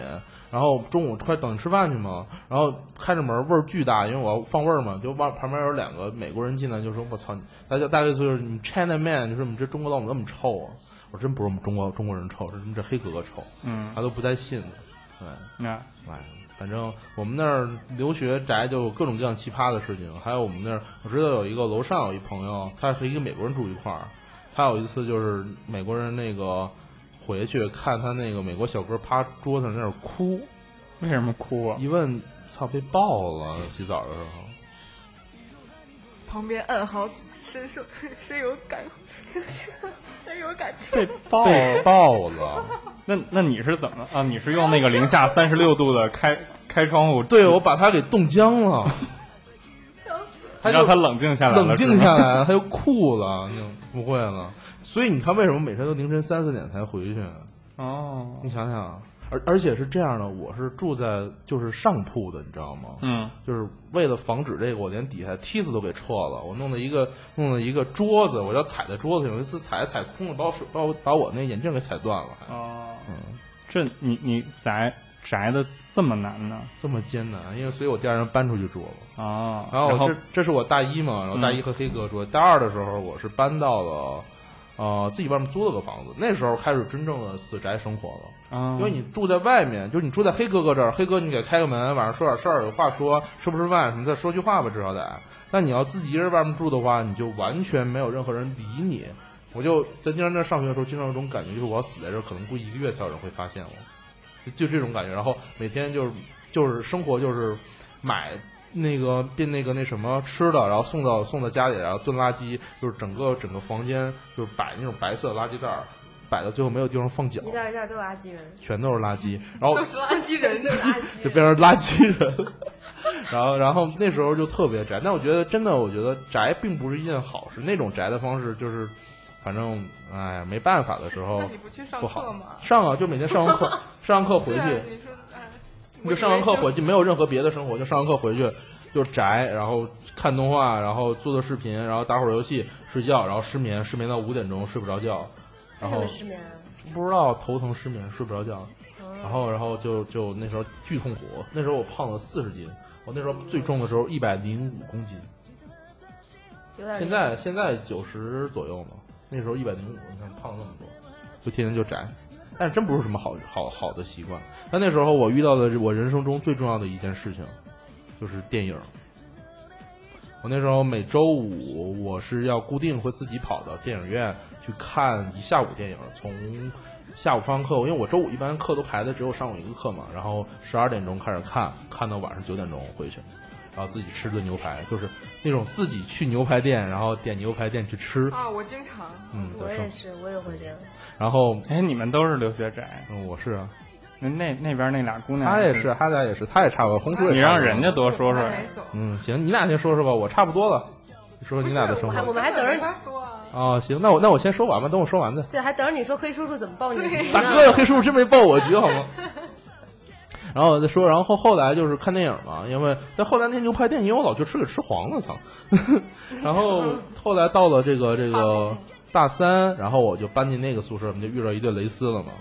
S6: 然后中午快等吃饭去嘛，然后开着门儿味儿巨大，因为我要放味儿嘛，就往旁边有两个美国人进来就说：“我操，你大家大概就是你 China man，就说你这中国老母那么臭啊！”我说真不是我们中国中国人臭，是你们这黑哥哥臭，
S4: 嗯，
S6: 他都不带信的。对，
S4: 那
S6: 哎，反正我们那儿留学宅就有各种各样奇葩的事情，还有我们那儿我知道有一个楼上有一朋友，他和一个美国人住一块儿，他有一次就是美国人那个回去看他那个美国小哥趴桌子上在那儿哭，
S4: 为什么哭啊？
S6: 一问操被爆了，洗澡的时候。
S7: 旁边暗嚎，深受深有感，深有感触。
S4: 被爆
S6: 被爆了，
S4: 那那你是怎么啊？你是用那个零下三十六度的开开窗户，
S6: 对我把他给冻 僵了，
S7: 笑死了！
S6: 他就
S4: 让他冷静下来了，
S6: 冷静
S4: 是吗
S6: 下来了，他就酷了，就不会了。所以你看，为什么每天都凌晨三四点才回去？啊
S4: 哦，
S6: 你想想啊，而而且是这样的，我是住在就是上铺的，你知道吗？
S4: 嗯，
S6: 就是为了防止这个，我连底下梯子都给撤了，我弄了一个弄了一个桌子，我要踩在桌子上，有一次踩踩空了，把我手把我把我那眼镜给踩断了，还
S4: 哦，这你你宅宅的这么难呢？
S6: 这么艰难，因为所以我第二天搬出去住了。
S4: 哦，嗯
S6: 然后我这这是我大一嘛，然后大一和黑哥住，大二的时候我是搬到了呃自己外面租了个房子，那时候开始真正的死宅生活了。
S4: 啊
S6: 因为你住在外面，就是你住在黑哥哥这儿，黑哥你给开个门，晚上说点事儿，有话说，吃不吃饭什么的，说句话吧，至少得。但你要自己一个人外面住的话，你就完全没有任何人理你。我就在经常在上学的时候，经常有种感觉，就是我要死在这儿，可能过一个月才有人会发现我，就就这种感觉。然后每天就是就是生活就是买那个变那个那什么吃的，然后送到送到家里，然后蹲垃圾，就是整个整个房间就是摆那种白色的垃圾袋儿，摆到最后没有地方放脚
S5: 一，袋一袋都是垃圾人，
S6: 全都是垃圾。然后
S7: 都是垃圾人，
S5: 都是垃
S6: 就
S5: 圾
S6: 变
S5: 人。
S6: 成垃圾人。 然后，然后那时候就特别宅，但我觉得真的，我觉得宅并不是一件好事。那种宅的方式就是，反正哎没办法的时候
S7: 那你不去上
S6: 不
S7: 课
S6: 好
S7: 吗？
S6: 上啊，就每天上完课上完课回
S7: 对啊
S6: 去，
S7: 你说哎，
S6: 就上完课回
S7: 去，
S6: 去，没有任何别的生活，就上完课回去就宅，然后看动画，然后做做视频，然后打会儿游戏，睡觉，然后失眠，失眠到五点钟睡不着觉，
S5: 为
S6: 然
S5: 什
S6: 后
S5: 么失眠啊？哦
S6: 不知道头疼失眠睡不着觉，然后然后就就那时候巨痛苦，那时候我胖了四十斤，我那时候最重的时候一百零五公斤，
S5: 有点
S6: 现在现在九十左右嘛，那时候一百零五，你看胖了那么多，就天天就宅，但是真不是什么好好好的习惯。但那时候我遇到的是我人生中最重要的一件事情，就是电影。我那时候每周五我是要固定会自己跑到电影院去看一下午电影，从下午上完课，因为我周五一般课都排的只有上午一个课嘛，然后十二点钟开始看，看到晚上九点钟回去，然后自己吃顿牛排，就是那种自己去牛排店，然后点牛排店去吃，
S7: 啊，我经常
S6: 嗯，
S5: 我
S6: 的生活
S5: 也是，我也会这样。
S6: 然后
S4: 哎，你们都是留学宅，
S6: 嗯，我是啊，
S4: 那那那边那俩姑娘，
S6: 他也是，，他俩也是，他也差不多，红叔也
S4: 你
S6: 差不
S4: 让
S6: 多
S4: 人家多说说
S7: 我。还没走，
S6: 嗯，行，你俩先说说吧，我差不多了，你说说你俩的生
S5: 我还我
S6: 活
S5: 们还等
S7: 没
S5: 着
S7: 法说啊。
S6: 哦，行，那我那我先说完吧，等我说完再。
S5: 对，还等着你说黑叔叔怎么抱你
S7: 对
S5: 呢。
S6: 大哥，黑叔叔真没报我局好 吗？然后我再说，然后后后来就是看电影嘛，因为但后来那牛排店，因为我老去吃给吃黄了，操！ 然后后来到了这个这个大三，然后我就搬进那个宿舍，我们就遇到一对蕾丝了嘛。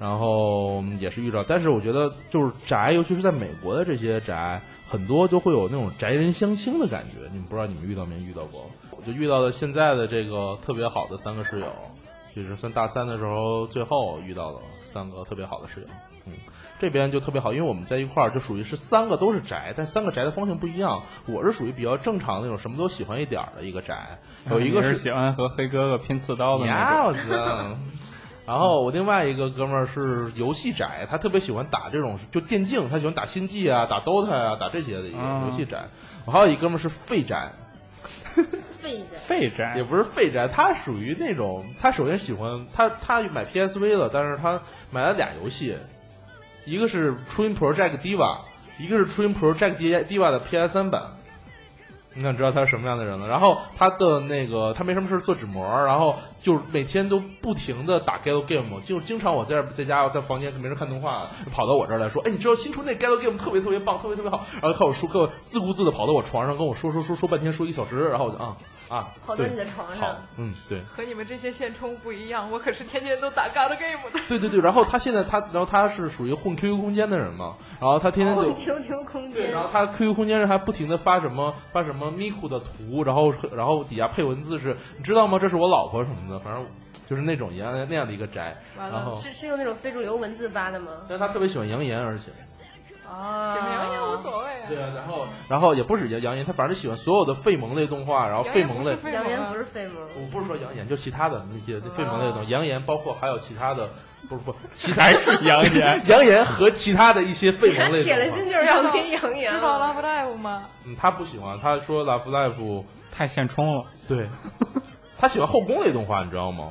S6: 然后嗯也是遇到，但是我觉得就是宅，尤其是在美国的这些宅，很多都会有那种宅人相亲的感觉。你们不知道你们遇到没遇到过？我就遇到了现在的这个特别好的三个室友，就是算大三的时候最后遇到了三个特别好的室友。嗯，这边就特别好，因为我们在一块儿就属于是三个都是宅，但三个宅的方向不一样。我是属于比较正常的那种什么都喜欢一点儿的一个宅，有一个
S4: 你是
S6: 是
S4: 喜欢和黑哥哥拼刺刀的那种，
S6: 要子。然后我另外一个哥们儿是游戏宅，他特别喜欢打这种就电竞，他喜欢打星际啊、打 DOTA 啊、打这些的一个
S4: 啊
S6: 游戏宅。我还有一哥们儿是废宅，
S5: 废着。
S4: 废
S6: 也
S4: 宅，
S6: 不是废宅，他属于那种他首先喜欢他他买 PSV 了，但是他买了俩游戏，一个是 Train Project Diva，一个是 Train Project Diva 的 PS 三版。你想知道他是什么样的人了？然后他的那个他没什么事做纸模，然后就是每天都不停的打 Gal Game，就经常我在在家我在房间没人看动画，跑到我这儿来说，哎，你知道新出那 Gal Game 特别特别棒，特别特别好，然后看我说，跟我自顾自的跑到我床上跟我说说说说半天，说一小时，然后我就啊啊，
S5: 跑到
S6: 对
S5: 你的床
S6: 好
S5: 上，，
S6: 嗯，对，
S7: 和你们这些现充不一样，我可是天天都打 God Game 的。
S6: 对对对，然后他现在他，然后他是属于混 QQ 空间的人嘛，然后他天天
S5: 哦
S6: 就。
S5: QQ 空
S6: 对，
S5: 间
S6: 然，后他 QQ 空间上还不停的发什么发什么咪咕的图，然后然后底下配文字是，你知道吗？这是我老婆什么的，反正就是那种一样那样的一个宅。
S7: 完
S6: 然
S7: 了，
S6: 后，
S5: 是是用那种非主流文字发的吗？
S6: 但是他特别喜欢扬言，而且
S5: 啊
S7: 怎么样也无所谓啊。
S6: 对啊，然后然后也不止扬扬言，他反正喜欢所有的费萌类动画，然后费萌类，
S5: 扬言不
S7: 是
S5: 是
S7: 啊
S5: 废吗？
S6: 我不是说扬言，就其他的那些费萌类的东西，扬言包括还有其他的，不是不其他
S4: 扬言，
S6: 扬言和其他的一些费萌类
S5: 铁了
S6: 动画
S5: 心。就是要跟杨洋。
S7: 知道 Love Live 吗？
S6: 嗯，他不喜欢，他说 Love Life，
S4: 太现充了。
S6: 对，他喜欢后宫类动画，你知道吗？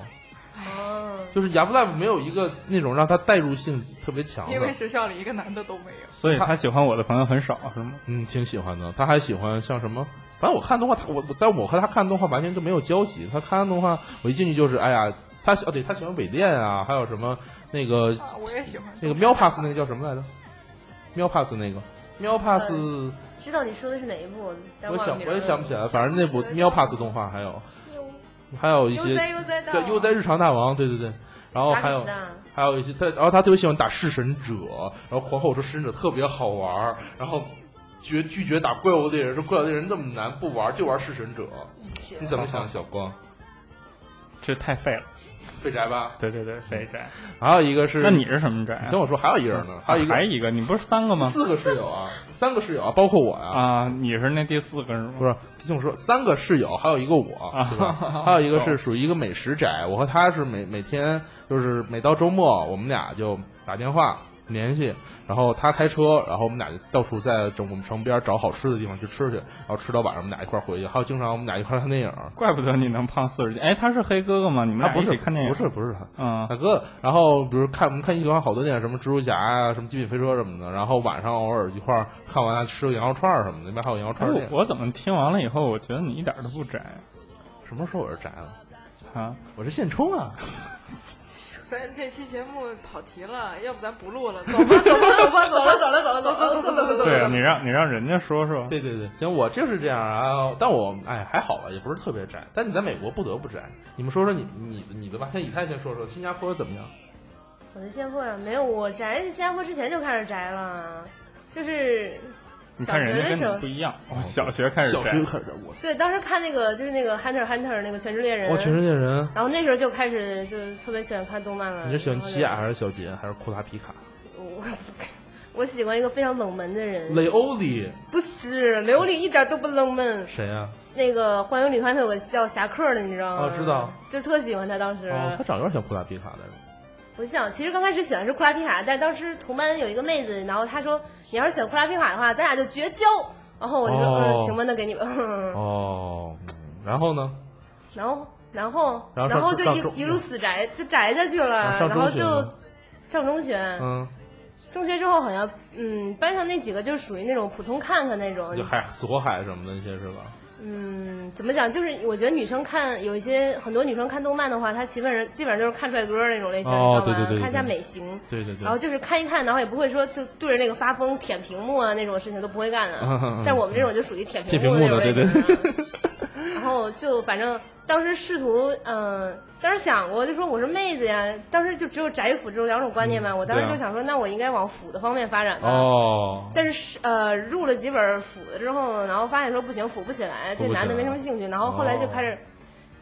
S5: 哦，
S6: 就是 Love Life 没有一个那种让他代入性特别强
S7: 因为
S6: 的，
S7: 学校里一个男的都没有。
S4: 所以他喜欢我的朋友很少，是吗？
S6: 嗯，挺喜欢的。他还喜欢像什么？反正我看动画，他我我在我和他看动画完全就没有交集。他看动画，我一进去就是哎呀，他喜哦对，他喜欢尾恋啊，还有什么那个
S7: 啊，我也喜欢
S6: 那个喵 pass 那个叫什么来着？喵 pass 那个喵 pass，
S5: 知道你说的是哪一部？但
S6: 我
S5: 忘了
S6: 想
S5: 名
S6: 我也
S5: 了
S6: 想不起来，反正那部喵 pass 动画还有还有一
S5: 悠哉
S6: 些
S5: 悠哉
S6: 对
S5: 到，
S6: 悠哉日常大王，对对对，然后
S5: 达
S6: 还
S5: 克
S6: 有
S5: 斯的，
S6: 还有一些他，然后他特别喜欢打弑神者，然后狂吼说弑神者特别好玩儿，然后绝拒绝打怪物猎人，说怪物猎人那么难不玩儿，就玩弑神者。你怎么想，小光？
S4: 这太废了。
S6: 废宅吧。
S4: 对对对，废宅。
S6: 还有一个是，
S4: 那你是什么宅啊？
S6: 你听我说，还有一人呢，还有一
S4: 还
S6: 个
S4: 一个，你不是三个吗？
S6: 四个室友啊，三个室友啊，包括我呀。
S4: 啊，你是那第四个是吗？
S6: 不是，听我说，三个室友，还有一个我，
S4: 啊
S6: 对吧？还有一个
S4: 哦
S6: 是属于一个美食宅，我和他是每每天就是每到周末，我们俩就打电话联系，然后他开车，然后我们俩就到处在整我们城边找好吃的地方去吃去，然后吃到晚上我们俩一块儿回去，还有经常我们俩一块儿看电影，
S4: 怪不得你能胖四十斤。哎，他是黑哥哥吗？你们
S6: 啊
S4: 俩
S6: 不
S4: 一
S6: 是
S4: 起看电影？
S6: 不是不是他，
S4: 嗯
S6: 大哥，然后比如看我们看一款好多电影，什么蜘蛛侠啊，什么极品飞车什么的，然后晚上偶尔一块儿看完吃个羊肉串儿什么的，那边还有羊肉
S4: 哎
S6: 串儿店。
S4: 我我怎么听完了以后，我觉得你一点都不宅
S6: 什么时候我是宅了？
S4: 啊？
S6: 我是现充啊！
S7: 咱这期节目跑题了，要不咱不录了，走吧，走吧，走吧，走了，走了，走了，走走走走走
S4: 对啊，你让你让人家说说。
S6: 对对对，行，我就是这样啊，但我哎还好吧，也不是特别宅。但你在美国不得不宅。你们说说你你你的吧，先以太先说说新加坡怎么样？
S5: 我在新加坡呀，啊没有我宅，新加坡之前就开始宅了，就是
S4: 你
S5: 小
S4: 看人
S5: 学
S4: 家
S5: 的
S4: 跟
S5: 时候
S4: 你不，一样，我哦小学开始宅，
S6: 开始宅，我
S5: 对，当时看那个就是那个《Hunter x Hunter》那个《全职猎人》，
S6: 我哦全世界人，
S5: 然后那时候就开始就特别喜欢看动漫了。
S6: 你是喜欢
S5: 然后就
S6: 奇亚还是小杰还是库拉皮卡？
S5: 我我喜欢一个非常冷门的人，
S6: 雷欧里
S5: 不是刘丽一点都不冷门。
S6: 谁啊呀、
S5: 那个《幻影旅团》他有个叫侠客的，你知道吗？
S6: 哦知道，
S5: 就特喜欢他。当时、
S6: 哦，他长得有点像库拉皮卡来着。
S5: 不像，其实刚开始喜欢是库拉皮卡，但是当时同班有一个妹子，然后她说你要是选库拉皮卡的话，咱俩就绝交。然后我就说、
S6: 哦
S5: 嗯，行吧，那给你吧。
S6: 哦，嗯然后呢？
S5: 然后，然后，
S6: 然后上
S5: 然后就
S6: 上中
S5: 一一路死宅，就宅下去了
S6: 啊。上
S5: 然后
S6: 中学
S5: 就
S6: 吗
S5: 上中学，
S6: 嗯，
S5: 中学之后好像，嗯，班上那几个就是属于那种普通看看那种，
S6: 就海死火海什么的那些是吧？
S5: 嗯，怎么讲？就是我觉得女生看有一些很多女生看动漫的话，她基本上基本上就是看帅哥那种类型，
S6: 哦
S5: 你知道吗？
S6: 对对对对
S5: 看一下美型，
S6: 对对
S5: 然后就是看一看，然后也不会说就对着那个发疯舔屏幕啊那种事情都不会干的、
S6: 嗯嗯嗯
S5: 但我们这种就属于舔
S6: 铁屏
S5: 幕
S6: 幕
S5: 那种
S6: 的，
S5: 类
S6: 对对
S5: 型、啊。
S6: 对。
S5: 然后就反正当时试图，嗯、当时想过，就说我是妹子呀，当时就只有宅腐这种两种观念嘛。我当时
S6: 对啊
S5: 就想说，那我应该往腐的方面发展吧。
S6: 哦，
S5: 但是呃，入了几本腐的之后，然后发现说不行，腐不起来，
S6: 腐
S5: 对
S6: 不起
S5: 男的没
S6: 来
S5: 什么兴趣。然后后来就
S6: 哦
S5: 开始，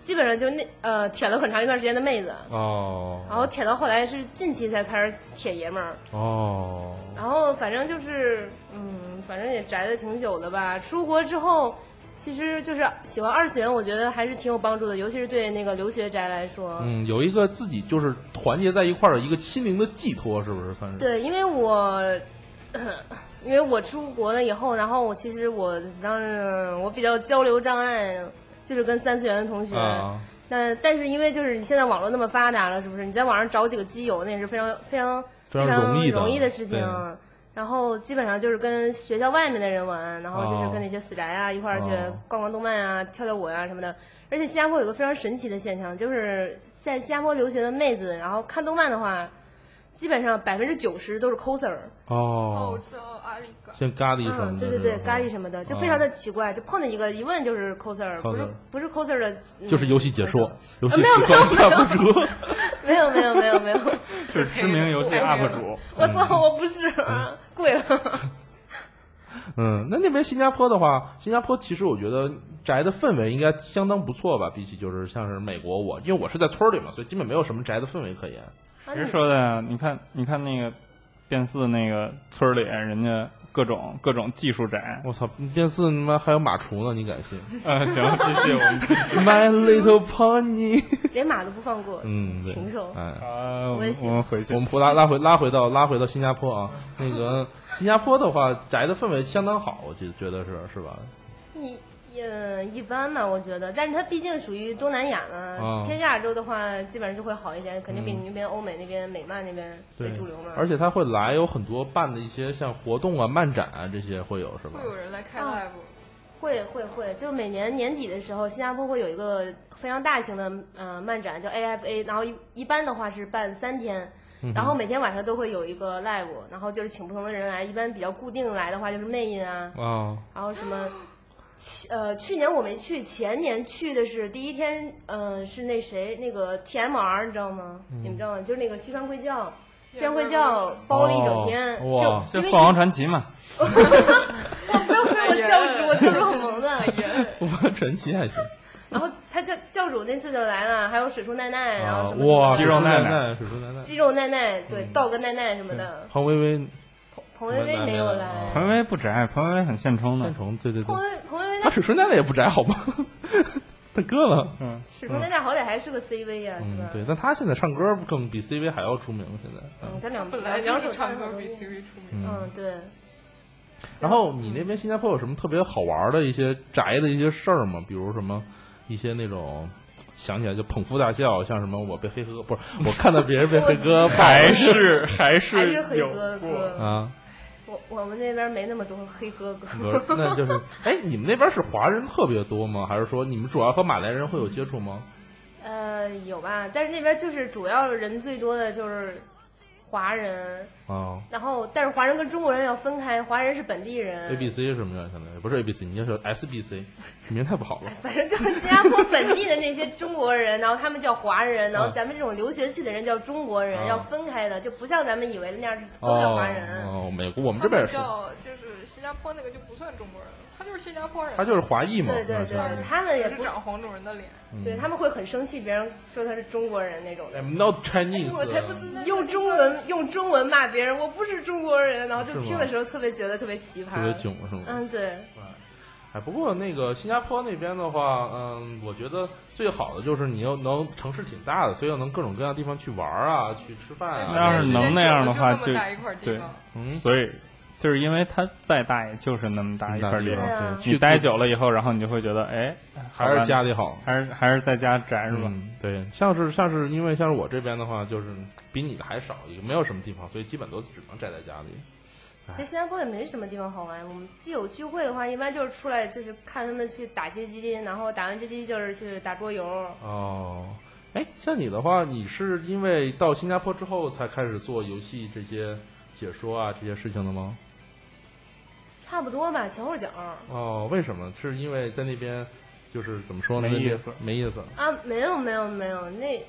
S5: 基本上就那呃舔了很长一段时间的妹子，
S6: 哦，
S5: 然后舔到后来是近期才开始舔爷们儿。
S6: 哦，
S5: 然后反正就是嗯，反正也宅的挺久的吧。出国之后，其实就是喜欢二次元，我觉得还是挺有帮助的，尤其是对那个留学宅来说。
S6: 嗯，有一个自己就是团结在一块儿的一个心灵的寄托，是不是算是？
S5: 对，因为我，呃因为我出国了以后，然后我其实我当时我比较交流障碍，就是跟三次元的同学。
S6: 啊，
S5: 那但是因为就是现在网络那么发达了，是不是？你在网上找几个基友，那也是非常非常
S6: 非常容易的
S5: 容易的事情啊
S6: 对。
S5: 然后基本上就是跟学校外面的人玩，啊然后就是
S6: 哦
S5: 跟那些死宅啊一块儿去
S6: 哦
S5: 逛逛动漫啊、跳跳舞啊什么的。而且新加坡有个非常神奇的现象，就是在新加坡留学的妹子，然后看动漫的话，基本上百分之九十都是 coser，
S7: 哦
S6: 哦，，
S7: 知道阿里嘎，
S6: 像咖喱什么
S5: 嗯，
S6: 的，
S5: 对对对，咖喱什
S6: 么，
S5: 么的，就非常的奇怪，就碰见一个一问就是 coser，不是
S6: 哦 coser
S5: 不是 coser 的，嗯
S6: 就是游戏解说，游戏
S5: 没
S6: 解
S5: 有
S6: 说下不出。
S5: 没有没有没有没有，
S4: 是知名游戏 UP 主，
S5: 我操，我不是啊，贵了。
S6: 嗯，那那边新加坡的话，新加坡其实我觉得宅的氛围应该相当不错吧，比起就是像是美国，我因为我是在村儿里嘛，所以基本没有什么宅的氛围可言。
S5: 啊
S4: 谁
S5: 你
S4: 说的呀？你看，你看那个变四那个村儿里，人家各种各种技术宅。
S6: 我操，变四他妈还有马厨呢，你敢 信
S4: 呃，行，继续我 们继续。
S6: ？My little pony。
S5: 连马都不放过，
S6: 嗯，对
S5: 禽 兽。
S6: 哎，
S4: 啊，我
S5: 我也
S4: 们
S5: 喜
S4: 我们回去
S6: 我。们回拉拉回拉回到拉回到新加坡啊，那个新加坡的话，宅的氛围相当好，我觉觉得是是吧？
S5: 一呃一般吧，我觉得，但是它毕竟属于东南亚嘛，
S6: 啊嗯
S5: 偏亚洲的话，基本上就会好一点，肯定比你那边欧美那边、美漫那边为主流嘛。
S6: 而且他会来有很多办的一些像活动啊、漫展啊这些会有是吧
S7: 会？有人来开
S5: 啊
S7: live，
S5: 会会会，就每年年底的时候，新加坡会有一个非常大型的呃漫展，叫 AFA，然后一一般的话是办三天，
S6: 嗯
S5: 然后每天晚上都会有一个 live，然后就是请不同的人来，一般比较固定来的话就是魅音啊，
S6: 啊，
S5: 然后什么，去呃，去年我没去，前年去的是第一天，呃，是那谁那个 TMR，你知道吗？你们知道吗？就是那个西川贵教，西川贵教包了一整天，
S6: 哦哇
S5: 就
S4: 这
S5: 因为
S4: 凤凰 传奇嘛，
S5: 不要给我教主，我教主很萌的。
S6: 我传奇还行，
S5: 然后他就教主那次就来了，还有水树奈奈，然后什么
S6: 啊哇，
S5: 什么
S4: 肌肉
S6: 奶
S4: 奈
S6: 奶，
S4: 奶
S6: 水珠奶奶，
S5: 肌肉奈奈，对，道哥奈奈什么的。
S6: 彭薇薇，
S5: 彭薇薇没有来，
S4: 彭薇薇啊不宅，彭薇薇很现充的
S6: 三。重，对对对
S5: 彭，薇彭薇薇
S6: 那
S5: 那
S6: 啊水珠奶奶也不宅好吗？ 他哥了，
S4: 嗯，
S5: 水树奈奈好歹还是个 CV 呀，是
S6: 嗯
S5: 吧，？
S6: 对，但他现在唱歌更比 CV 还要出名，现在。嗯
S5: 嗯，他两
S7: 本来就
S5: 两
S7: 是
S5: 首
S7: 唱歌
S5: 歌
S7: 比 CV 出名。
S5: 嗯，对，
S6: 然后你那边新加坡有什么特别好玩的一些宅的一些事儿吗？比如什么一些那种想起来就捧腹大笑，像什么我被黑哥不是我看到别人被黑哥
S4: 还 是还
S5: 还
S4: 是
S5: 是黑
S4: 有
S5: 哥
S4: 过。
S5: 哥。
S6: 啊，
S5: 我我们那边没那么多黑哥哥，
S6: 不是那就是哎，你们那边是华人特别多吗？还是说你们主要和马来人会有接触吗？
S5: 呃，有吧？但是那边就是主要人最多的就是华人，
S6: 啊
S5: 然后但是华人跟中国人要分开，华人是本地人。
S6: ，A B C 什么样相当于不是 A B C，你要说 S B C，名太不好了
S5: 哎。反正就是新加坡本地的那些中国人，然后他们叫华
S6: 嗯
S5: 人，然后咱们这种留学去的人叫中国人，
S6: 啊
S5: 要分开的，就不像咱们以为的那样是都叫华人。
S6: 哦，哦美国我们
S7: 他
S6: 这边也
S7: 们
S6: 是，
S7: 叫就是新加坡那个就不算中国人，他就是新加坡人，
S6: 他就是华裔嘛，
S5: 对对对
S6: 那是，
S5: 他们也
S7: 只
S5: 不
S7: 是长黄种人的脸。
S5: 对，他们会很生气，别人说他是中国人那种的。
S6: I'm 哎 not Chinese，
S7: 我才不是那
S5: 用中文用中文骂别人，我不是中国人，然后
S6: 是
S5: 就
S6: 吗
S5: 听的时候特别觉得特别奇
S6: 特别
S5: 葩。
S6: 囧是吗？
S5: 嗯，对，
S6: 哎，不过那个新加坡那边的话，嗯，我觉得最好的就是你又能城市挺大的，所以又能各种各样的地方去玩儿啊，去吃饭啊。
S4: 那要是能那样的话
S7: 就那么大一块地方，
S6: 嗯，
S4: 所以就是因为它再大，也就是那么大一块地方
S5: 大地。方
S6: 对，
S5: 对啊
S4: 你待久了以后，然后你就会觉得，哎，
S6: 还是家里好，
S4: 还是还是在家宅是吧？
S6: 嗯？对，像是像是因为像是我这边的话，就是比你的还少，也没有什么地方，所以基本都只能宅在家里。
S5: 其实新加坡也没什么地方好玩。我们基友聚会的话，一般就是出来就是看他们去打街机，然后打完街机就是去打桌游。
S6: 哦，哎，像你的话，你是因为到新加坡之后才开始做游戏这些解说啊这些事情的吗？
S5: 差不多吧，前后脚
S6: 哦，为什么？是因为在那边就是怎么说呢？
S4: 没
S6: 那边
S4: 意思
S6: 没意思，
S5: 啊，没有没有没有，那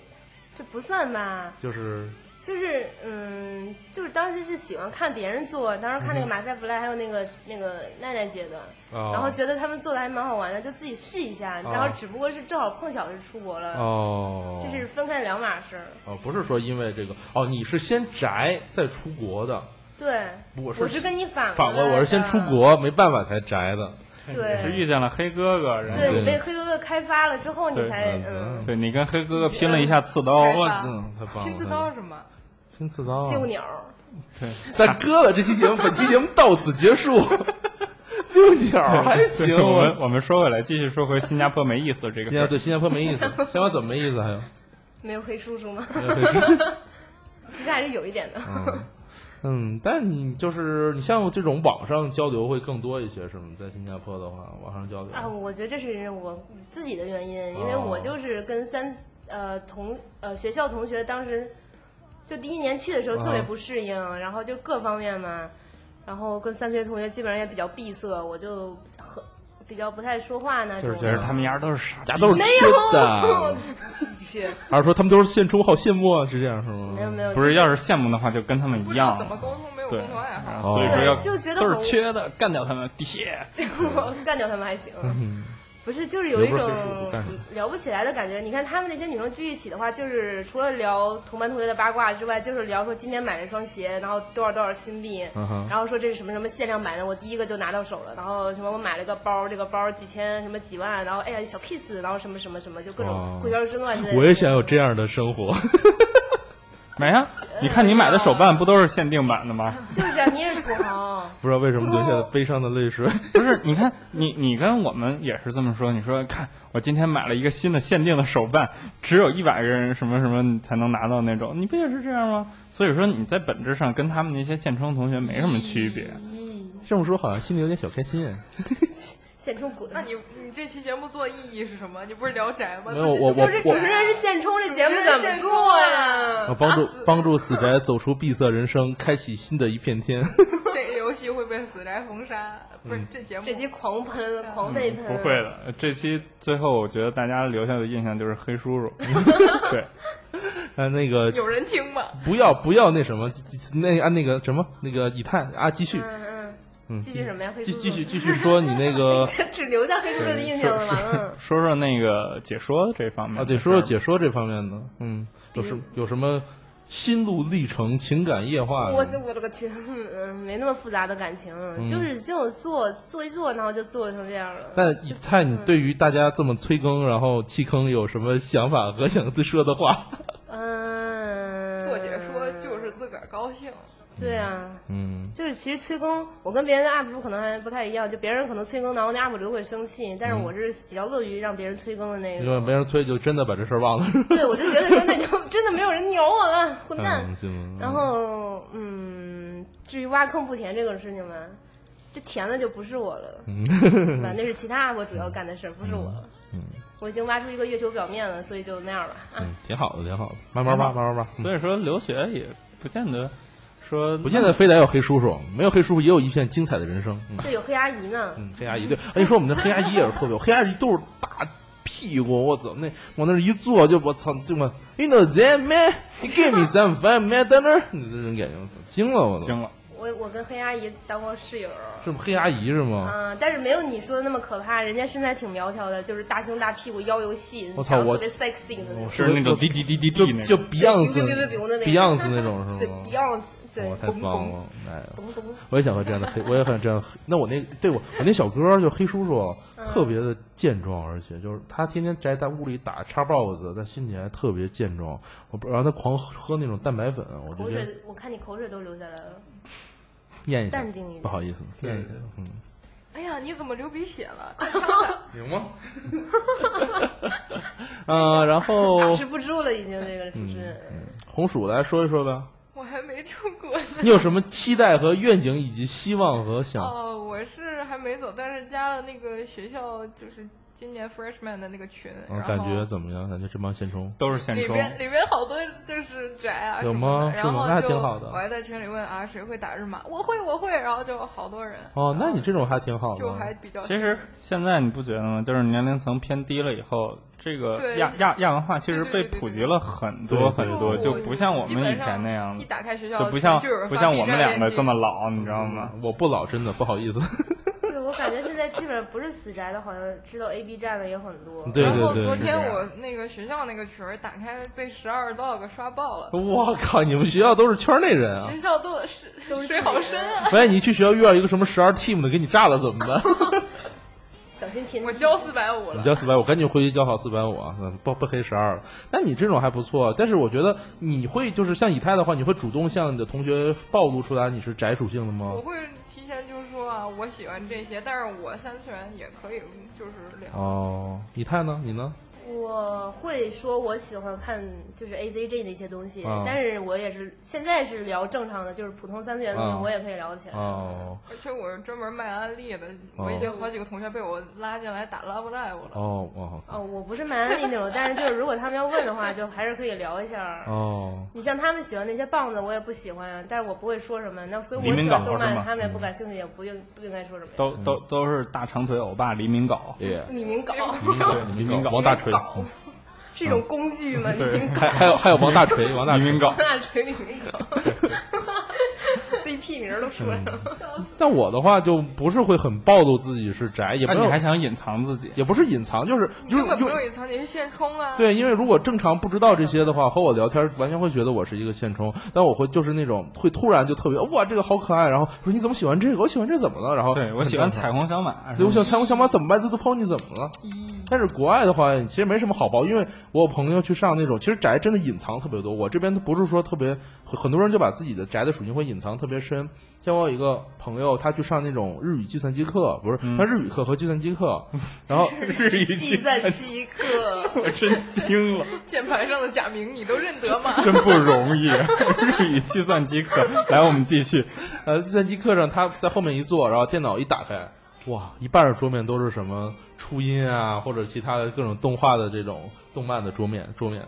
S5: 这不算吧？
S6: 就是
S5: 就是嗯，就是当时是喜欢看别人做，当时看那个马赛弗莱还有那个那个奈奈姐的，
S6: 哦，
S5: 然后觉得他们做的还蛮好玩的，就自己试一下。
S6: 哦
S5: 然后只不过是正好碰巧是出国了，
S6: 哦，
S5: 这是分开两码事儿。
S6: 哦，不是说因为这个哦，你是先宅再出国的，
S5: 对，
S6: 我
S5: 我
S6: 是
S5: 跟你反
S6: 反
S5: 过
S6: 过
S5: 来
S6: 我是先
S5: 的
S6: 出，国，没办法才宅的。
S4: 你是
S5: 对，
S4: 遇见了黑哥哥，然
S5: 对
S4: 后
S5: 你被黑哥哥开发了之后，你
S4: 对
S5: 才
S6: 嗯
S5: 嗯
S4: 对你跟黑哥哥拼了一下刺刀，
S7: 我
S4: 哇
S6: 嗯，太棒了！
S7: 拼刺刀是吗？
S6: 拼刺刀啊，
S5: 遛鸟儿。
S6: 咱割了这期节目，本期节目到此结束。遛鸟儿还行，
S4: 我
S6: 我
S4: 们我们说回来，继续说回新加坡没意思这个
S6: 新
S4: 事
S6: 加
S4: 儿。
S6: 对新加坡没意 思，新加坡怎么没意思？还有，
S5: 没有黑叔叔吗？
S6: 没有可以说
S5: 其实还是有一点的。
S6: 嗯，但你就是你像这种网上交流会更多一些，是吗？在新加坡的话，网上交流
S5: 啊，我觉得这是我自己的原因，因为
S6: 哦
S5: 我就是跟三呃同呃学校同学当时就第一年去的时候特别
S6: 啊
S4: 嗯
S5: 不适应，然后就各方面嘛，然后跟三学同学基本上也比较闭塞，我就很比较不太说话那种。
S4: 就是觉得他们丫都是傻逼，
S6: 家都是缺 的，
S5: 是
S6: 还是说他们都是现充好羡慕啊？是这样是
S5: 没有
S6: 吗？
S5: 没有，
S4: 嗯不是要是羡慕的话，就跟他们
S7: 不
S4: 一
S7: 知道
S4: 样。
S7: 怎么沟通，没有
S4: 对
S7: 共同爱，好
S4: 然。后所以说
S5: 对
S4: 要
S5: 就觉得
S4: 都
S5: 很
S4: 是缺的，干掉他们，滴血。
S5: 我 干掉他们还行。不是，就是有
S6: 嗯留
S5: 一
S6: 着
S5: 种
S6: 黑叔叔干什么
S5: 聊不起来的感觉。你看他们那些女生聚一起的话，就是除了聊同班同学的八卦之外，就是聊说今天买了一双鞋，然后多少多少新币，
S6: 嗯哼
S5: 然后说这是什么什么限量版的，我第一个就拿到手了。然后什么我买了个包，这个包几千什么几万，然后哎呀小 kiss，然后什么什么什么，就各
S6: 哇
S5: 种胡言乱论。
S6: 哦我也想有这样的生活，
S4: 没啊？你看你买的手办不都是限定版的吗？
S5: 就是这样，你也是土豪。
S6: 不知道为什么流下了悲伤的泪水。
S4: 不是，你看你你跟我们也是这么说，你说看我今天买了一个新的限定的手办，只有一百个人什么什么你才能拿到那种，你不也是这样吗？所以说你在本质上跟他们那些现充同学没什么区别。
S7: 嗯
S6: 这么说好像心里有点小开心。啊
S5: 现充滚！
S7: 那你你这期节目做的意义是什么？你不是聊宅吗？
S6: 没有我我
S5: 就是主
S6: 我
S5: 持人是现充，这节目怎么做呀、
S7: 啊
S6: 我帮助
S7: 打死
S6: 帮助死宅走出闭塞人生，开启新的一片天。
S7: 这个游戏会被死宅封杀，不
S6: 嗯
S7: 是这节目
S5: 这期狂喷，狂被喷。
S4: 不会的，这期最后我觉得大家留下的印象就是黑叔 叔，对，
S6: 啊，那个
S7: 有人听吗？
S6: 不要不要那什么，那按那个什么那个以太啊，继续
S5: 嗯嗯，
S6: 嗯
S5: 继续什么呀？黑
S6: 继
S5: 叔叔
S6: 继续继续说你那个
S5: 只留下黑叔叔的印象了吗？嗯，
S4: 说说那个解说这方面
S6: 啊，对，
S4: 的
S6: 说说
S4: 事儿
S6: 解说这方面的，嗯，有什有什么心路历程、情感夜话
S5: 我
S6: 什
S5: 我了个去，嗯嗯，没那么复杂的感情，
S6: 嗯
S5: 就是就做做一做，然后就做成这样了。
S6: 但以菜，你对于大家这么催更，然后弃坑有什么想法和想说的话？
S5: 嗯，
S7: 做解说就是自个儿高兴，
S5: 对啊，
S6: 嗯，
S5: 就是其实催更，我跟别人的 UP 主可能还不太一样，就别人可能催更，然后那 UP 主会生气，但是我
S6: 嗯
S5: 是比较乐于让别人催更的那
S6: 因为
S5: 种。
S6: 没人催，就真的把这事儿忘了。
S5: 对，我就觉得说那就真的没有人鸟我了，混蛋。
S6: 嗯，行
S5: 然后嗯，至于挖坑不填这种事情嘛，这填了就不是我了，
S6: 嗯
S5: 是吧？那是其他我主要干的事儿，不是我。我已经挖出一个月球表面了，所以就那样吧。啊，
S6: 嗯，挺好的，挺好的，慢慢吧，慢慢吧。
S4: 所以说留学也不见得说
S6: 不见得非得有黑叔叔，没有黑叔叔也有一片精彩的人生。嗯，
S5: 对，有黑阿姨呢。
S6: 嗯黑阿姨对，哎，说我们这黑阿姨也是特别，黑阿姨都是大屁股，我操，那往那儿一坐就我操，就我，you know that man, you give me some fun man，在那儿，你这种感觉，我操，惊了我都。
S4: 惊了。
S5: 我我跟黑阿姨当过室友，
S6: 是黑阿姨是吗？
S5: 嗯、但是没有你说的那么可怕，人家身材挺苗条的，就是大胸大屁股，腰又细，
S6: 我操
S5: 长得
S6: 我
S5: 特别 sexy 的那种。
S4: 是那种滴滴滴滴滴那
S6: 就
S4: 种，
S5: 别别别
S6: Beyonce
S5: 别别的那种
S6: Beyonce 那种是
S5: 对
S6: 吗？
S5: ，Beyonce，对，
S6: 哇太
S5: 嘣
S6: 棒
S5: 嘣
S6: 了！哎呀，
S5: 嘣嘣，
S6: 我也想和这样 的黑，我也想这样黑。那我那对我我那小哥就黑叔叔，特别的健壮，而且就是他天天宅在屋里打叉 box，但心里还特别健壮。我不然后他狂喝那种蛋白粉，我就
S5: 口
S6: 觉得
S5: 水，我看你口水都流下来了。
S6: 咽一下
S5: 淡定一，点
S6: 不好意思，咽一下，嗯，
S7: 哎呀，你怎么流鼻血了？快擦擦
S6: 行吗？ 呃，然后
S5: 把持不住了，已经这个主持
S6: 嗯
S5: 人。
S6: 红薯来说一说呗，
S7: 我还没出国呢。
S6: 你有什么期待和愿景，以及希望和想？
S7: 哦，我是还没走，但是加了那个学校就是今年 freshman 的那个群，
S6: 嗯，
S7: 然后
S6: 感觉怎么样？感觉这帮现充。
S4: 都是现
S7: 里
S4: 充。
S7: 边里边好多就是宅啊
S6: 有
S7: 什
S6: 吗
S7: 么的，
S6: 是
S7: 然
S6: 吗
S7: 后
S6: 那还
S7: 就
S6: 挺好的
S7: 我还在群里问啊，谁会打日麻？我会，我会，然后就好多人，
S6: 哦，那你这种还挺好的，
S7: 就还比 较
S4: 其实现在你不觉得吗？就是年龄层偏低了以后，这个
S7: 对
S4: 亚亚亚文化其实
S7: 对对
S4: 被
S7: 对对
S4: 普及了很
S6: 对
S4: 多
S6: 对
S4: 很
S6: 对
S4: 多，
S7: 对
S4: 就
S7: 对
S4: 不像我
S7: 基
S4: 们
S7: 本
S4: 以前
S7: 上
S4: 那样
S7: 一，打开学校
S4: 就不像
S7: 就有人
S4: 不
S7: 发
S4: 像
S7: B
S4: 我们
S7: 站
S4: 两个
S7: 链接
S4: 这么老，你知道吗？
S6: 我不老，真的不好意思。
S5: 对，我感觉现在基本上不是死宅的，好像知道 A B 站的也很多。
S6: 对
S7: 然后
S6: 对
S7: 昨
S6: 是
S7: 天
S4: 这样
S7: 我那个学校那个群儿打开被十二 log 刷爆了，
S6: 我靠，你们学校都是圈内人啊！
S7: 学校都是
S5: 都是
S7: 水好深啊！
S6: 万一你去学校遇到一个什么十二 team 的给你炸了怎么办？
S5: 小心停！
S7: 我交四百五
S6: 你
S7: 了，
S6: 交四百五，赶紧回去交好四百五啊！嗯不不黑十二了。但你这种还不错，但是我觉得你会就是像以太的话，你会主动向你的同学暴露出来你是宅属性的吗
S7: 我？会提前就说啊，我喜欢这些，但是我三次元也可以就是聊。
S6: 哦，以太呢？你呢？
S5: 我会说我喜欢看就是 A Z G 那些东西
S6: 啊，
S5: 但是我也是现在是聊正常的，就是普通三次元的东
S6: 啊
S5: 西，我也可以聊得起来。
S6: 哦
S7: 而且我是专门卖安利的，
S6: 哦
S7: 我已经好几个同学被我拉进来打 Love Live 了。
S6: 哦哦
S5: 哦，我不是蛮安利那种，但是就是如果他们要问的话，就还是可以聊一下。
S6: 哦，
S5: 你像他们喜欢那些棒子，我也不喜欢啊，但是我不会说什么，那所以
S4: 黎
S5: 我
S4: 明
S5: 喜欢
S4: 港
S5: 动
S4: 是
S5: 漫
S4: 吗，
S5: 他们也
S6: 嗯
S5: 不感兴趣，也不应不应该说什么呀。
S4: 都都都是大长腿欧巴黎明狗，
S6: 耶！
S5: 李明搞
S6: 嗯
S4: 对黎明狗，
S6: 王大锤，
S5: 是一种工具 吗？李明搞
S6: 还还有还有王大锤，王大
S4: 黎明
S6: 锤。
S4: 狗。
S5: 大锤李明搞 ，CP 名儿都说上了。
S6: 但我的话就不是会很暴露自己是宅，哎也
S4: 那
S6: 没
S4: 你
S6: 有
S4: 还想隐藏自己？
S6: 也不是隐藏，就是就是
S7: 根本
S6: 就
S7: 不用隐藏，你是现充啊！，
S6: 对，因为如果正常不知道这些的话，和我聊天完全会觉得我是一个现充，但我会就是那种会突然就特别哇，这个好可爱，然后说你怎么喜欢这个？我喜欢这怎么了？然后
S4: 对我喜欢彩，虹小马，是
S6: 对
S4: 吗
S6: 我喜欢彩虹小马怎么办？这都抛你怎么了？但是国外的话，其实没什么好报，因为我有朋友去上那种，其实宅真的隐藏特别多。我这边不是说特别，很很多人就把自己的宅的属性会隐藏特别深。像我有一个朋友，他去上那种日语计算机课，不是，
S4: 嗯
S6: 他日语课和计算机课，然后
S4: 日语计
S5: 计算机课，
S4: 我真惊了，
S7: 键盘上的假名你都认得 吗？
S4: 真不容易。 日语计算机课，来，我们继续。
S6: 呃，计算机课上他在后面一坐，然后电脑一打开，哇，一半的桌面都是什么初音啊，或者其他的各种动画的这种动漫的桌面桌面。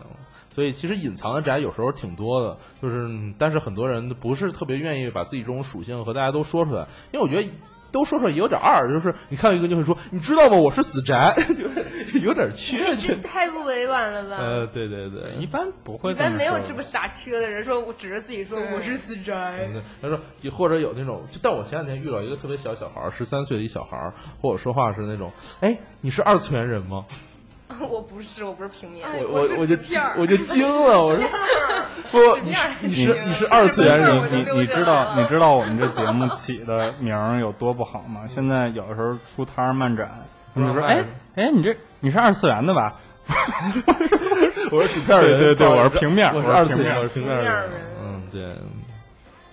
S6: 所以其实隐藏的宅有时候挺多的，就是嗯但是很多人不是特别愿意把自己这种属性和大家都说出来，因为我觉得。都说出来也有点二，就是你看到一个就会说，你知道吗？我是死宅，就是 有点缺这。
S5: 这太不委婉了吧？
S6: 呃，对对对，
S4: 一般不会
S5: 一
S4: 这么说。
S5: 般没有这么傻缺的人说，我指着自己说
S7: 对
S5: 我是死宅。
S6: 嗯他说，有或者有那种，就但我前两天遇到一个特别小小孩儿，十三岁的一小孩儿，和我说话是那种，哎，你是二次元人吗？
S5: 我不是，我不是平民。
S7: 哎
S6: 我
S7: 我是
S6: 我就
S7: 纸片儿
S6: 我就惊了，我说不，你是你
S7: 纸
S6: 是
S7: 片儿
S6: 你 是二次元人
S7: 我
S6: 吗
S7: 就
S4: 你
S7: 溜
S4: 你
S7: 达
S4: 知道
S7: 了
S4: 你知道我们这节目起的名儿有多不好吗？现在有的时候出摊儿漫展，他们就说：“
S6: 不让
S4: 哎
S6: 卖
S4: 哎，你这你是二次元的吧
S6: 我是纸片儿人，
S4: 对对对
S6: 不好意
S4: 我
S6: 思
S4: 是平面儿
S6: 我是
S4: 我是
S6: 二次
S4: 平
S6: 元，
S4: 面儿
S6: 我是平面儿
S5: 平面儿
S6: 人
S5: 人，
S6: 嗯，对，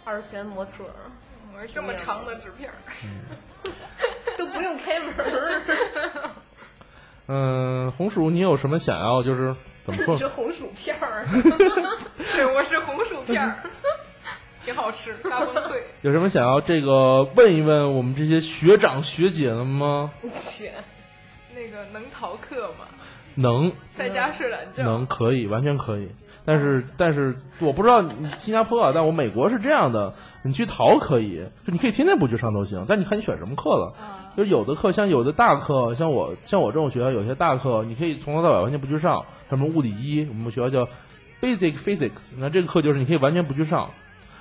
S5: 二次元模特儿
S7: 我是这么长的纸片儿，
S5: 都不用开门儿，
S6: 嗯，红薯，你有什么想要就是怎么说
S5: 你？是红薯片儿。
S7: 对，我是红薯 片儿，挺好吃，大风脆。
S6: 有什么想要这个问一问我们这些学长学姐的吗？
S5: 去，
S7: 那个能逃课吗？
S6: 能
S7: 在家睡懒
S6: 嗯
S7: 觉。
S6: 能可以，完全可以。但是但是我不知道你新加坡啊，但我美国是这样的，你去逃可以，就你可以天天不去上都行，但你看你选什么课了。
S7: 啊
S6: 就有的课，像有的大课，像我像我这种学校，有些大课你可以从头到尾完全不去上，什么物理一，我们学校叫 Basic Physics，那这个课就是你可以完全不去上，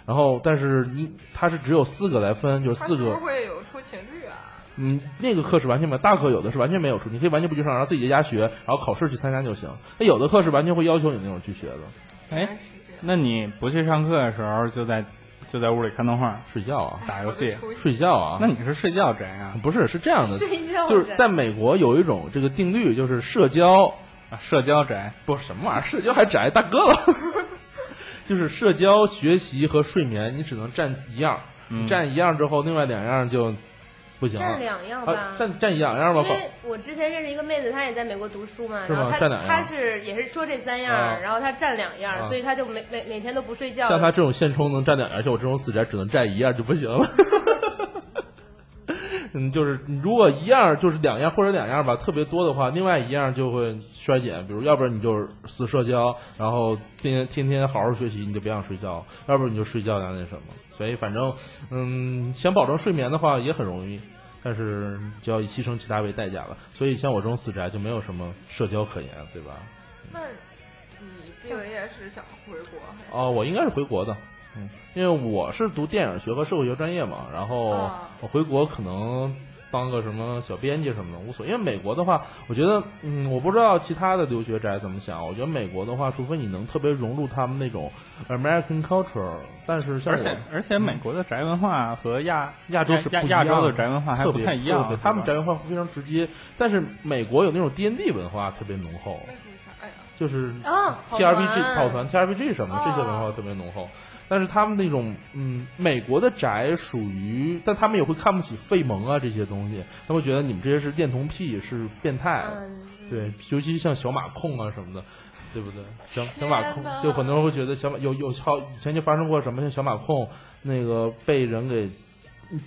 S6: 然后但是你它是只有四个来分，就是
S7: 他
S6: 四
S7: 是不是
S6: 个，
S7: 会有出勤率啊？
S6: 嗯，那个课是完全没有，大课有的是完全没有出，你可以完全不去上，然后自己在家学，然后考试去参加就行。那有的课是完全会要求你那种去学的，？”
S4: 哎
S7: 还，是这样
S4: 那你不去上课的时候就在就在屋里看动画、
S6: 睡觉啊，
S4: 打游
S7: 我的
S4: 戏，
S7: 出
S6: 睡觉啊，
S4: 那你是睡觉宅啊？
S6: 不是是这样的，
S5: 睡觉
S6: 嗯就是在美国有一种这个定律，就是社交。
S4: 啊社交宅？
S6: 不是什么玩意儿，社交还宅大哥 了，就是社交、学习和睡眠，你只能占一样，
S4: 嗯
S6: 占一样之后，另外两样就不行
S5: 占
S6: 了。
S5: 两样
S6: 啊
S5: 吧，。
S6: 占占一样，让吧
S5: 因，为我之前认识一个妹子，她也在美国读书嘛，
S6: 是吗
S5: 然后她
S6: 占两样
S5: 她是也是说这三样
S6: 啊
S5: 儿，然后她占两样儿
S6: 啊，
S5: 所以她就每每每天都不睡觉。
S6: 像他这种现充能占两样，像我这种死宅只能占一样就不行了。 嗯，就是你如果一样就是两样或者两样吧，特别多的话，另外一样就会衰减。比如，要不然你就是死社交，然后天天天天好好学习，你就别想睡觉；要不然你就睡觉加那什么。所以，反正嗯，想保证睡眠的话也很容易，但是就要以牺牲其他为代价了。所以，像我这种死宅就没有什么社交可言，对吧？
S7: 那你毕了业是想回国还是？
S6: 哦，我应该是回国的，嗯，因为我是读电影学和社会学专业嘛，然后
S7: 啊
S6: 我回国可能当个什么小编辑什么的无所谓。因为美国的话，我觉得，嗯，我不知道其他的留学宅怎么想，我觉得美国的话，除非你能特别融入他们那种 American culture，但是像
S4: 而
S6: 我
S4: 且而且，美国的宅文化和亚
S6: 亚洲是
S4: 亚
S6: 不一
S4: 亚
S6: 样
S4: 洲的宅文化还
S6: 特
S4: 不
S6: 别
S4: 太一样
S6: 对对
S4: 啊，
S6: 他们宅
S4: 宅
S6: 文化非常直接，但是美国有那种 D N D 文化特别浓厚，
S7: 那是啥呀？
S6: 就是
S5: 啊
S6: T R P G 跑团 T R P G 什么这些文化特别浓厚，但是他们那种嗯，美国的宅属于，但他们也会看不起费蒙啊这些东西，他们会觉得你们这些是恋童癖，是变态，
S5: 嗯，
S6: 对，尤其像小马控啊什么的。对不对？小小
S7: 天
S6: 马控，
S7: 哪
S6: 就很多人会觉得小马有有好以前就发生过什么像小马控那个被人给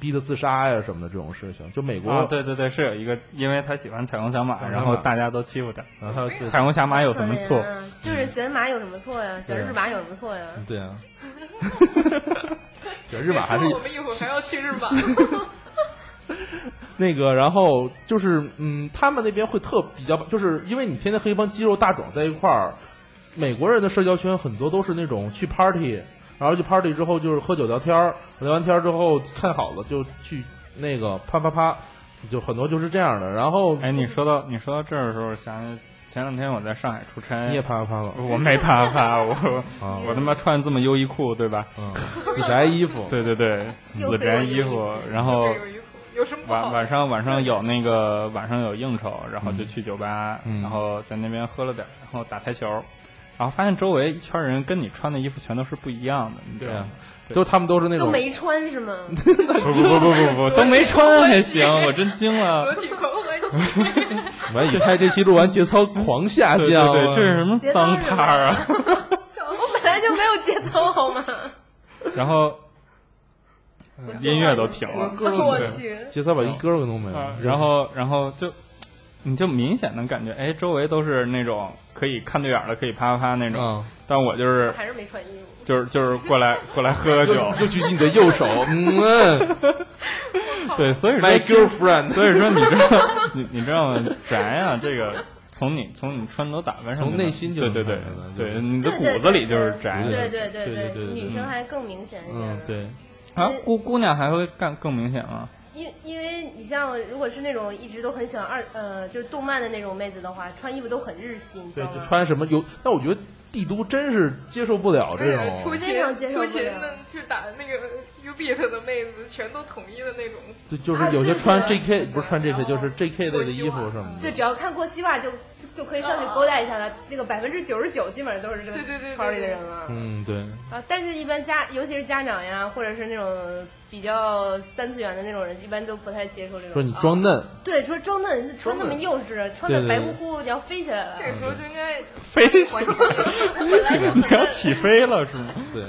S6: 逼的自杀呀、什么的这种事情，就美国
S4: 啊，对对对，是有一个，因为他喜欢彩虹小马，
S6: 彩虹小马
S4: 然后大家都欺负他。
S6: 然后对
S4: 彩虹小马有
S5: 有
S4: 什么错？
S5: 就是选马有什么错呀？选日马有什么错呀？
S6: 对啊， 就日本还是
S7: 别说我们一会儿还要 去日本。
S6: 那个，然后就是，嗯，他们那边会特比较，就是因为你天天和一帮肌肉大壮在一块儿，美国人的社交圈很多都是那种去 party，然后去 party 之后就是喝酒聊天儿，聊完天儿之后看好了就去那个啪啪啪，就很多就是这样的。然后
S4: 哎，你说到你说到这儿的时候，想起前两天我在上海出差，
S6: 你也啪啪啪了
S4: 我没啪啪， 我
S6: 啊
S4: 我他妈穿这么优衣库，对吧？
S6: 嗯，死宅衣服，
S4: 对对对，死宅衣服，然后
S7: 有一股有什么不
S4: 哦
S7: 好
S4: 晚晚上晚上有那个晚上有应酬，然后就去酒吧，
S6: 嗯
S4: 然后在那边喝了点儿，然后打台球，然后发现周围一圈人跟你穿的衣服全都是不一样的，你知
S6: 对
S4: 道吗
S6: 啊，就他们都
S4: 啊
S6: 是那
S5: 都
S6: 种
S5: 没穿是吗？
S4: 不不不不 不不，都没穿还行，我真惊了
S7: 裸。体狂欢节？
S6: 完，以太这期录完节操狂下
S4: 对
S6: 降
S4: 对对，这是什么
S5: 节
S4: 脏
S5: 操是吧
S4: 摊儿啊？
S5: 我本来就没有节操好吗？
S4: 然后
S5: 我就
S4: 音乐都停了，嗯
S5: 我去，
S6: 节操把一哥们儿都没
S4: 啊
S6: 了，
S4: 然后然后就你就明显能感觉，哎，周围都是那种可以看对眼儿的，可以啪啪啪那种，
S6: 嗯。
S4: 但我就是
S5: 还是没穿衣服。
S4: 就是就是过来过来喝个酒，
S6: 就举起你的 右手，嗯
S4: 对，所以说
S6: ，My girlfriend，
S4: 所以说你知道你你知道吗？宅啊，这个从你从你穿着打扮上就能，
S6: 从内心就
S4: 对
S6: 能
S4: 对对
S6: 看出来对
S4: 对，你的
S5: 对对
S4: 骨子里就是
S5: 对
S4: 宅。
S5: 对对
S6: 对对
S5: 对
S6: 对对
S5: 女生还更明显一点。
S6: 嗯，对，
S4: 啊，姑姑娘还会干更明显吗？
S5: 因因为你像如果是那种一直都很喜欢二呃就是动漫的那种妹子的话，穿衣服都很日系，你知
S6: 对，
S5: 道
S6: 就
S5: 吗？
S6: 穿什么有，但我觉得帝都真是接受不了这
S7: 而且
S6: 种，
S7: 出
S5: 非
S7: 勤
S5: 常接受
S7: 出
S5: 不
S7: 勤
S5: 了
S7: 的去打那个 U beat 的妹子，全都统一的那种。
S6: 就就是有些穿
S5: 啊对
S6: JK 不是穿 JK 就是 JK 类
S7: 过
S6: 的
S7: 膝
S6: 衣
S7: 袜
S6: 服什么
S5: 对，
S6: 的，
S5: 只要看过膝袜就就可以上去勾搭一下了。那个百分之九十九基本上都是这个
S7: 啊对对对对
S5: 圈儿里的人了。
S6: 嗯，对，
S5: 啊，但是一般家，尤其是家长呀，或者是那种比较三次元的那种人，一般都不太接受这种。
S6: 说你装嫩，
S5: 对，说装嫩，穿那么幼稚，穿的
S6: 对对
S5: 白乎乎，你要飞起来了。
S7: 这个时候就应该
S4: 飞起
S7: 环境本来就
S4: 你
S7: 很
S4: 要起飞了是吗？
S6: 对，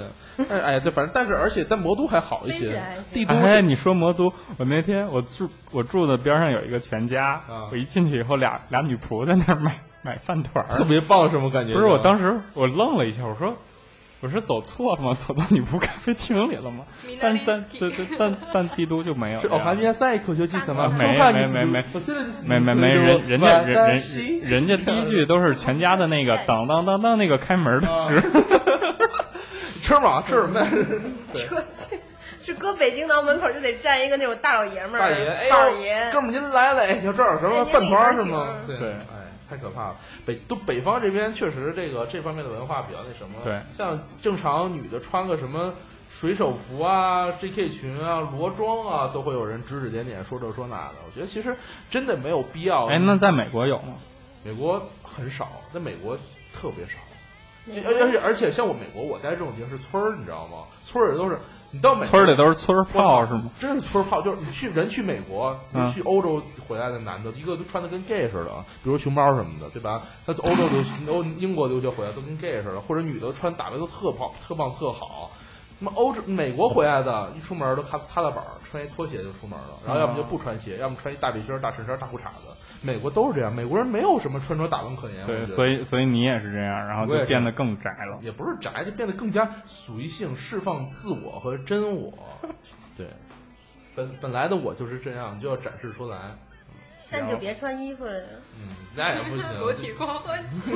S6: 但是哎，对，反正但是而且但魔都还好一
S5: 飞起
S6: 些
S5: 来还，行
S6: 帝都
S4: 哎，你说魔都，我那天我住我住的边上有一个全家，
S6: 啊
S4: 我一进去以后俩俩女仆在那儿买买饭团儿
S6: 特，别棒，什么感觉？
S4: 不是我当时我愣了一下，我说我是走错了吗？ 走到女仆咖啡厅里了吗？但但
S7: Minaliski
S4: 对对但但帝都就没有
S6: 是
S4: 这
S6: 哦，还
S4: 样。
S6: 没赛口球技什么？
S4: 没没啊没没没没没人人家 人人人家第一句都是全家的那个当当当当那个开门
S6: 啊
S4: 的，
S6: 吃嘛吃嘛，
S5: 就就是搁北京到门口就得站一个那种大老爷们儿，
S6: 大爷，哎呦
S5: 道嗯爷
S6: 哥，们儿您来了，哎，小赵什么饭团儿是吗？
S5: 哎您领着请
S4: 对
S6: 哎，太可怕了。北都北方这边确实这个这方面的文化比较那什么，
S4: 对，
S6: 像正常女的穿个什么。水手服啊，JK 裙啊，罗装啊，都会有人指指点点，说这说那的。我觉得其实真的没有必要。
S4: 哎，那在美国有吗？
S6: 美国很少，在美国特别少。
S5: 美
S6: 而
S5: 国
S6: 而且而且像我美国，我待这种地方是村儿，你知道吗？村儿里都是你到美国
S4: 村儿里都是村儿炮是吗？？
S6: 真是村儿炮，就是你去人去美国，
S4: 嗯
S6: 你去欧洲回来的男的，一个都穿的跟 gay 似的，啊比如熊猫什么的，对吧？他从欧洲留欧英国留学回来都跟 gay 似的，或者女的穿打扮都特棒特棒特好。那么欧洲美国回来的，一出门都踏踏踏板儿，穿一拖鞋就出门了，然后要
S4: 啊
S6: 么就不穿鞋，要么穿一大背心儿、大衬衫、大裤衩子。美国都是这样，美国人没有什么穿着打扮可言。
S4: 对，
S6: 以。
S4: 所以所以你也是这样，然后
S6: 我也
S4: 就是变得更宅了。
S6: 也不是宅，就变得更加随性，释放自我和 真我。对，本本来的我就是这样，就要展示出来。
S5: 但就别穿衣服了，
S6: 嗯，那也不
S7: 裸体
S6: 行。
S7: 光欢喜。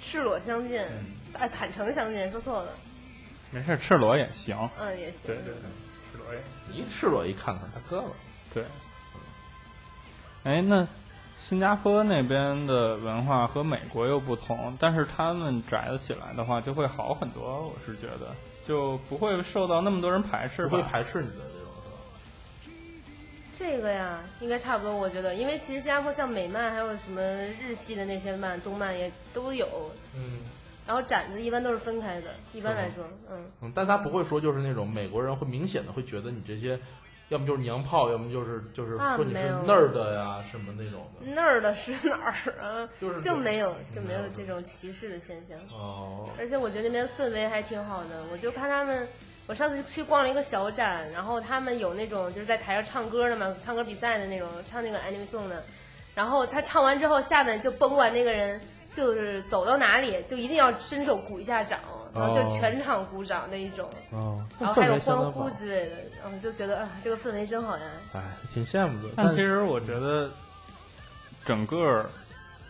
S5: 赤裸相见，
S6: 嗯
S5: 啊，坦诚相见，说错了，
S4: 没事，赤裸也行。
S5: 嗯，也行。
S4: 对对，赤裸也
S6: 一赤裸一看看，大哥了。
S4: 对。哎，那新加坡那边的文化和美国又不同，但是他们宅得起来的话，就会好很多。我是觉得，就不会受到那么多人排斥
S6: 不
S4: 吧
S6: 会。排斥你的这种是吧？
S5: 这个呀，应该差不多，我觉得，因为其实新加坡像美漫，还有什么日系的那些漫、动漫也都有，
S6: 嗯
S5: 然后展子一般都是分开的，一般来说，嗯，
S6: 嗯，但他不会说就是那种美国人会明显的会觉得你这些，要么就是娘炮，要么就是就是
S5: 啊
S6: 说你是
S5: 没有嗯
S6: nerd 呀什么那种的。
S5: 那儿的是哪儿啊？
S6: 就是嗯
S5: 就没有就没
S6: 没
S5: 有
S6: 有
S5: 这种歧视的现象，
S6: 哦，
S5: 而且我觉得那边氛围还挺好的，我就看他们。我上次去逛了一个小展，然后他们有那种就是在台上唱歌的嘛，唱歌比赛的那种，唱那个 anime song 的。然后他唱完之后，下面就甭管那个人就是走到哪里，就一定要伸手鼓一下掌，然后就全场鼓掌那一种，
S6: 哦，
S5: 然后还
S6: 氛
S5: 有
S6: 围相
S5: 欢
S6: 当
S5: 呼
S6: 好。
S5: 之类的，然后就觉得啊，这个氛围真好呀。
S6: 哎，挺羡慕的。
S4: 但其实我觉得，整个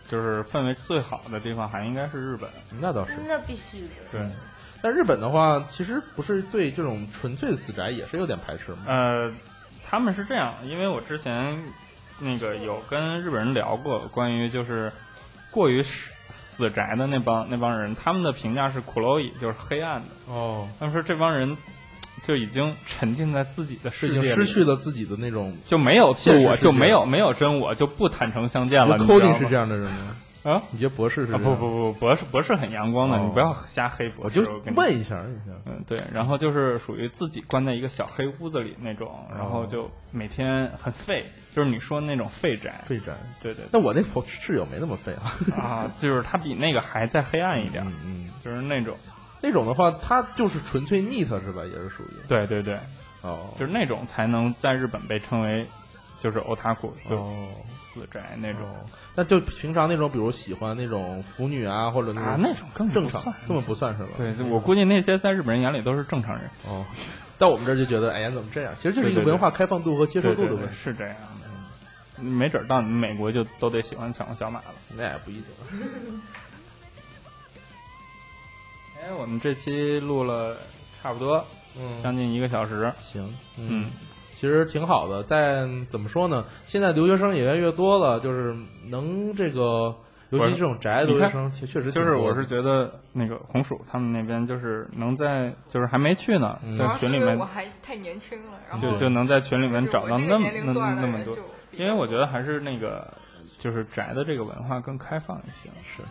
S4: 就是氛围最好的地方还应该是日本。
S6: 那倒是。
S5: 那必须的，
S4: 对，
S6: 但日本的话，其实不是对这种纯粹死宅也是有点排斥吗？
S4: 呃，他们是这样，因为我之前那个有跟日本人聊过关于就是过于死死宅的那帮那帮人，他们的评价是苦蝼蚁，就是黑暗的。
S6: 哦，
S4: 他们说这帮人就已经沉浸在自己的世
S6: 已
S4: 界
S6: 经
S4: 里，
S6: 失去了自己的那种。
S4: 就没有自
S6: 现实
S4: 我，
S6: 世界
S4: 就没有没有真我，就不坦诚相见了。你知道
S6: Cody
S4: 吗
S6: 是这样的人吗？
S4: 啊？
S6: 你觉得博士是
S4: 啊
S6: 这
S4: 不
S6: 样
S4: 不，不，博士博士很阳光的，
S6: 哦
S4: 你不要瞎黑博
S6: 我
S4: 士。
S6: 就
S4: 我跟你
S6: 问一下，问一下。
S4: 嗯，对，然后就是属于自己关在一个小黑屋子里那种，然
S6: 哦
S4: 后就每天很废，就是你说那种废宅，
S6: 废宅，
S4: 对对
S6: 但我那朋室友没那么废啊。
S4: 对啊，就是他比那个还再黑暗一点，
S6: 嗯，
S4: 就是那种，
S6: 那种的话，他就是纯粹 neat 是吧？也是属于
S4: 对对对，
S6: 哦，
S4: 就是那种才能在日本被称为就是欧塔库，就
S6: 哦
S4: 死宅那种
S6: 哦，那就平常那种，比如喜欢那种腐女啊，或者那种
S4: 啊，那种更
S6: 正常，根
S4: 对
S6: 本不算是吧？
S4: 对，我估计那些在日本人眼里都是正常人，
S6: 哦，到我们这儿就觉得，哎呀，怎么这样？其实就是一个
S4: 对对对
S6: 文化开放度和接受
S4: 对
S6: 度
S4: 对
S6: 的
S4: 对
S6: 问题。
S4: 是这样的。没准儿到你们美国就都得喜欢抢个小马了。
S6: 那也不一定。
S4: 哎，我们这期录了差不多
S6: 嗯，
S4: 将近一个小时，
S6: 行，
S4: 嗯，
S6: 其实挺好的，但怎么说呢？现在留学生也越来越多了，就是能这个，尤其
S4: 我
S6: 这种宅的留学生，确确实挺
S4: 就是
S6: 多
S4: 我
S6: 的
S4: 是觉得那个红薯他们那边就是能在就是还没去呢，
S6: 嗯
S4: 在群里
S7: 主要是因为
S4: 面
S7: 我还太年轻了，然后
S4: 就就能在群里面
S7: 就是
S4: 找
S7: 我
S4: 到
S7: 这个
S4: 那么
S7: 年龄
S4: 那
S7: 段的
S4: 那么
S7: 人
S4: 多
S7: 就，比
S4: 因为
S7: 较
S4: 我觉得还是那个就是宅的这个文化更开放一些。
S6: 是。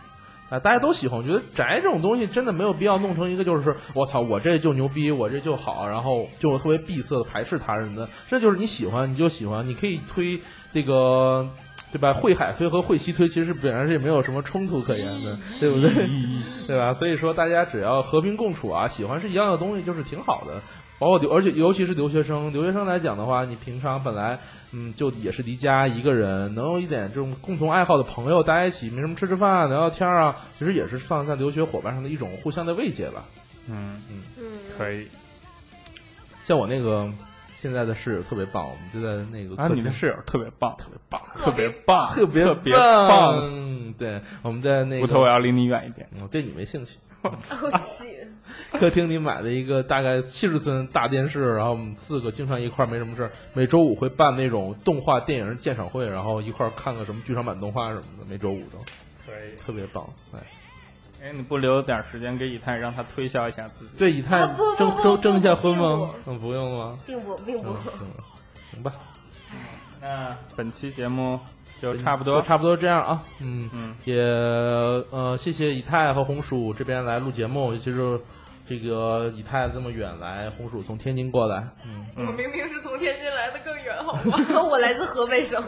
S6: 啊，大家都喜欢。我觉得宅这种东西真的没有必要弄成一个就是我操，我这就牛逼，我这就好，然后就特别闭塞的排斥他人的。这就是你喜欢你就喜欢，你可以推这个，对吧？会海推和会西推其实是本来是也没有什么冲突可言的，对不对？ 对吧？所以说大家只要和平共处啊，喜欢是一样的东西，就是挺好的。包括留，而且尤其是留学生，留学生来讲的话，你平常本来嗯就也是离家一个人，能有一点这种共同爱好的朋友，大家一起没什么吃吃饭啊，聊聊天啊，其实也是算在留学伙伴上的一种互相的慰藉吧。
S4: 嗯，
S5: 嗯，
S4: 可以
S6: 像我那个现在的室友特别棒，我们就在那个
S4: 啊，
S6: 客
S4: 你的
S6: 厅
S4: 室友特别棒，
S6: 特别棒，
S4: 特别棒，
S6: 特别
S4: 特别棒。
S6: 棒，对，我们在那
S4: 骨头，我啊
S6: 个
S4: 要离你远一点。
S6: 我对你没兴趣。
S5: 我去，
S6: 客厅里买了一个大概七十寸大电视，然后我们四个经常一块儿没什么事儿，每周五会办那种动画电影鉴赏会，然后一块儿看个什么剧场版动画什么的，每周五都
S4: 可以。
S6: 特别棒。哎，
S4: 哎，你不留点时间给以太，让他推销一下自己？
S6: 对以太
S5: 啊不不
S6: 征
S5: 不
S6: 征
S5: 不
S6: 征一下婚
S5: 不
S6: 吗？嗯，不用吗？
S5: 并不并不
S6: 嗯，嗯行吧，
S4: 那本期节目就差不多
S6: 就，嗯差不多这样啊。嗯
S4: 嗯，
S6: 也呃，谢谢以太和红薯这边来录节目，尤其是这个以太这么远来，红薯从天津过来，
S4: 嗯
S7: 我明明是从天津来的更远，好吗？
S5: 我来自河北 省，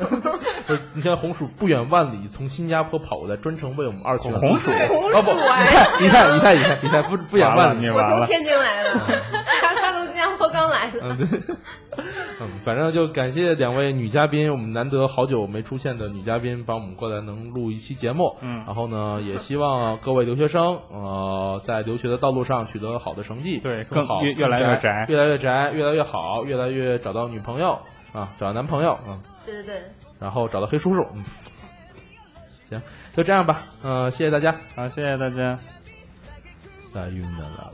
S6: 不是，你看红薯不远万里从新加坡跑过来，专程为我们二次元
S4: 红薯
S5: 红
S6: 哦不，
S5: 薯哎，
S6: 你看，你看，你 看，你看，不不远
S4: 完了
S6: 万
S4: 你
S6: 里。
S5: 我
S4: 完
S5: 从
S4: 了。
S5: 天津来的，他他从新加坡刚来的，
S6: 嗯，对， 嗯，反正就感谢两位女嘉宾，我们难得好久没出现的女嘉宾，帮我们过来能录一期节目。
S4: 嗯
S6: 然后呢，也希望各位留学生，呃，在留学的道路上取得好的成绩，
S4: 对
S6: 更
S4: 更
S6: 好，
S4: 越越来越宅
S6: 越来越宅，越来越好，越来越找到女朋友啊，找到男朋友啊，
S5: 对对对，
S6: 然后找到黑叔叔。嗯，行，就这样吧。嗯、谢谢大家。
S4: 好，谢谢大家。
S6: 撒云南了。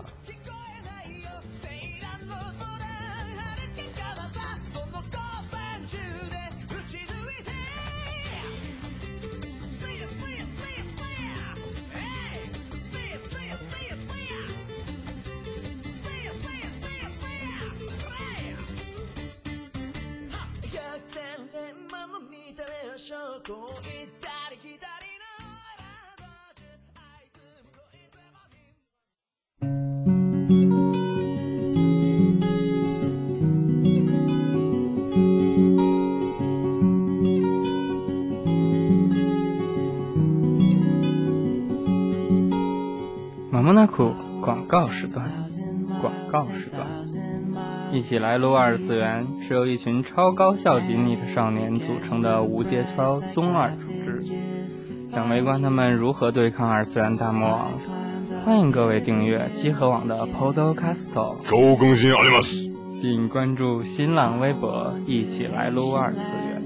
S4: 马莫纳库广告时段，广告时段，一起来撸二次元是由一群超高校级 NET 少年组成的无节操中二组织，想围观他们如何对抗二次元大魔王。欢迎各位订阅集合网的 Podcast，
S1: 周更新あります。
S4: 并关注新浪微博“一起来撸二次元”。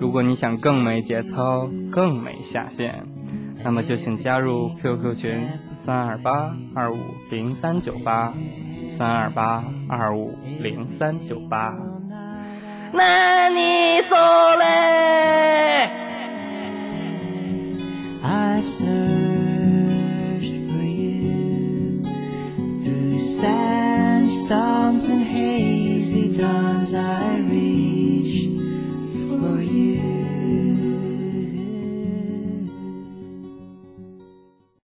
S4: 如果你想更没节操、更没下限，那么就请加入 QQ 群三二八二五零三九八三二八二五零三九八。
S8: なにそれ I searched for you through sandstorms and hazy dawns I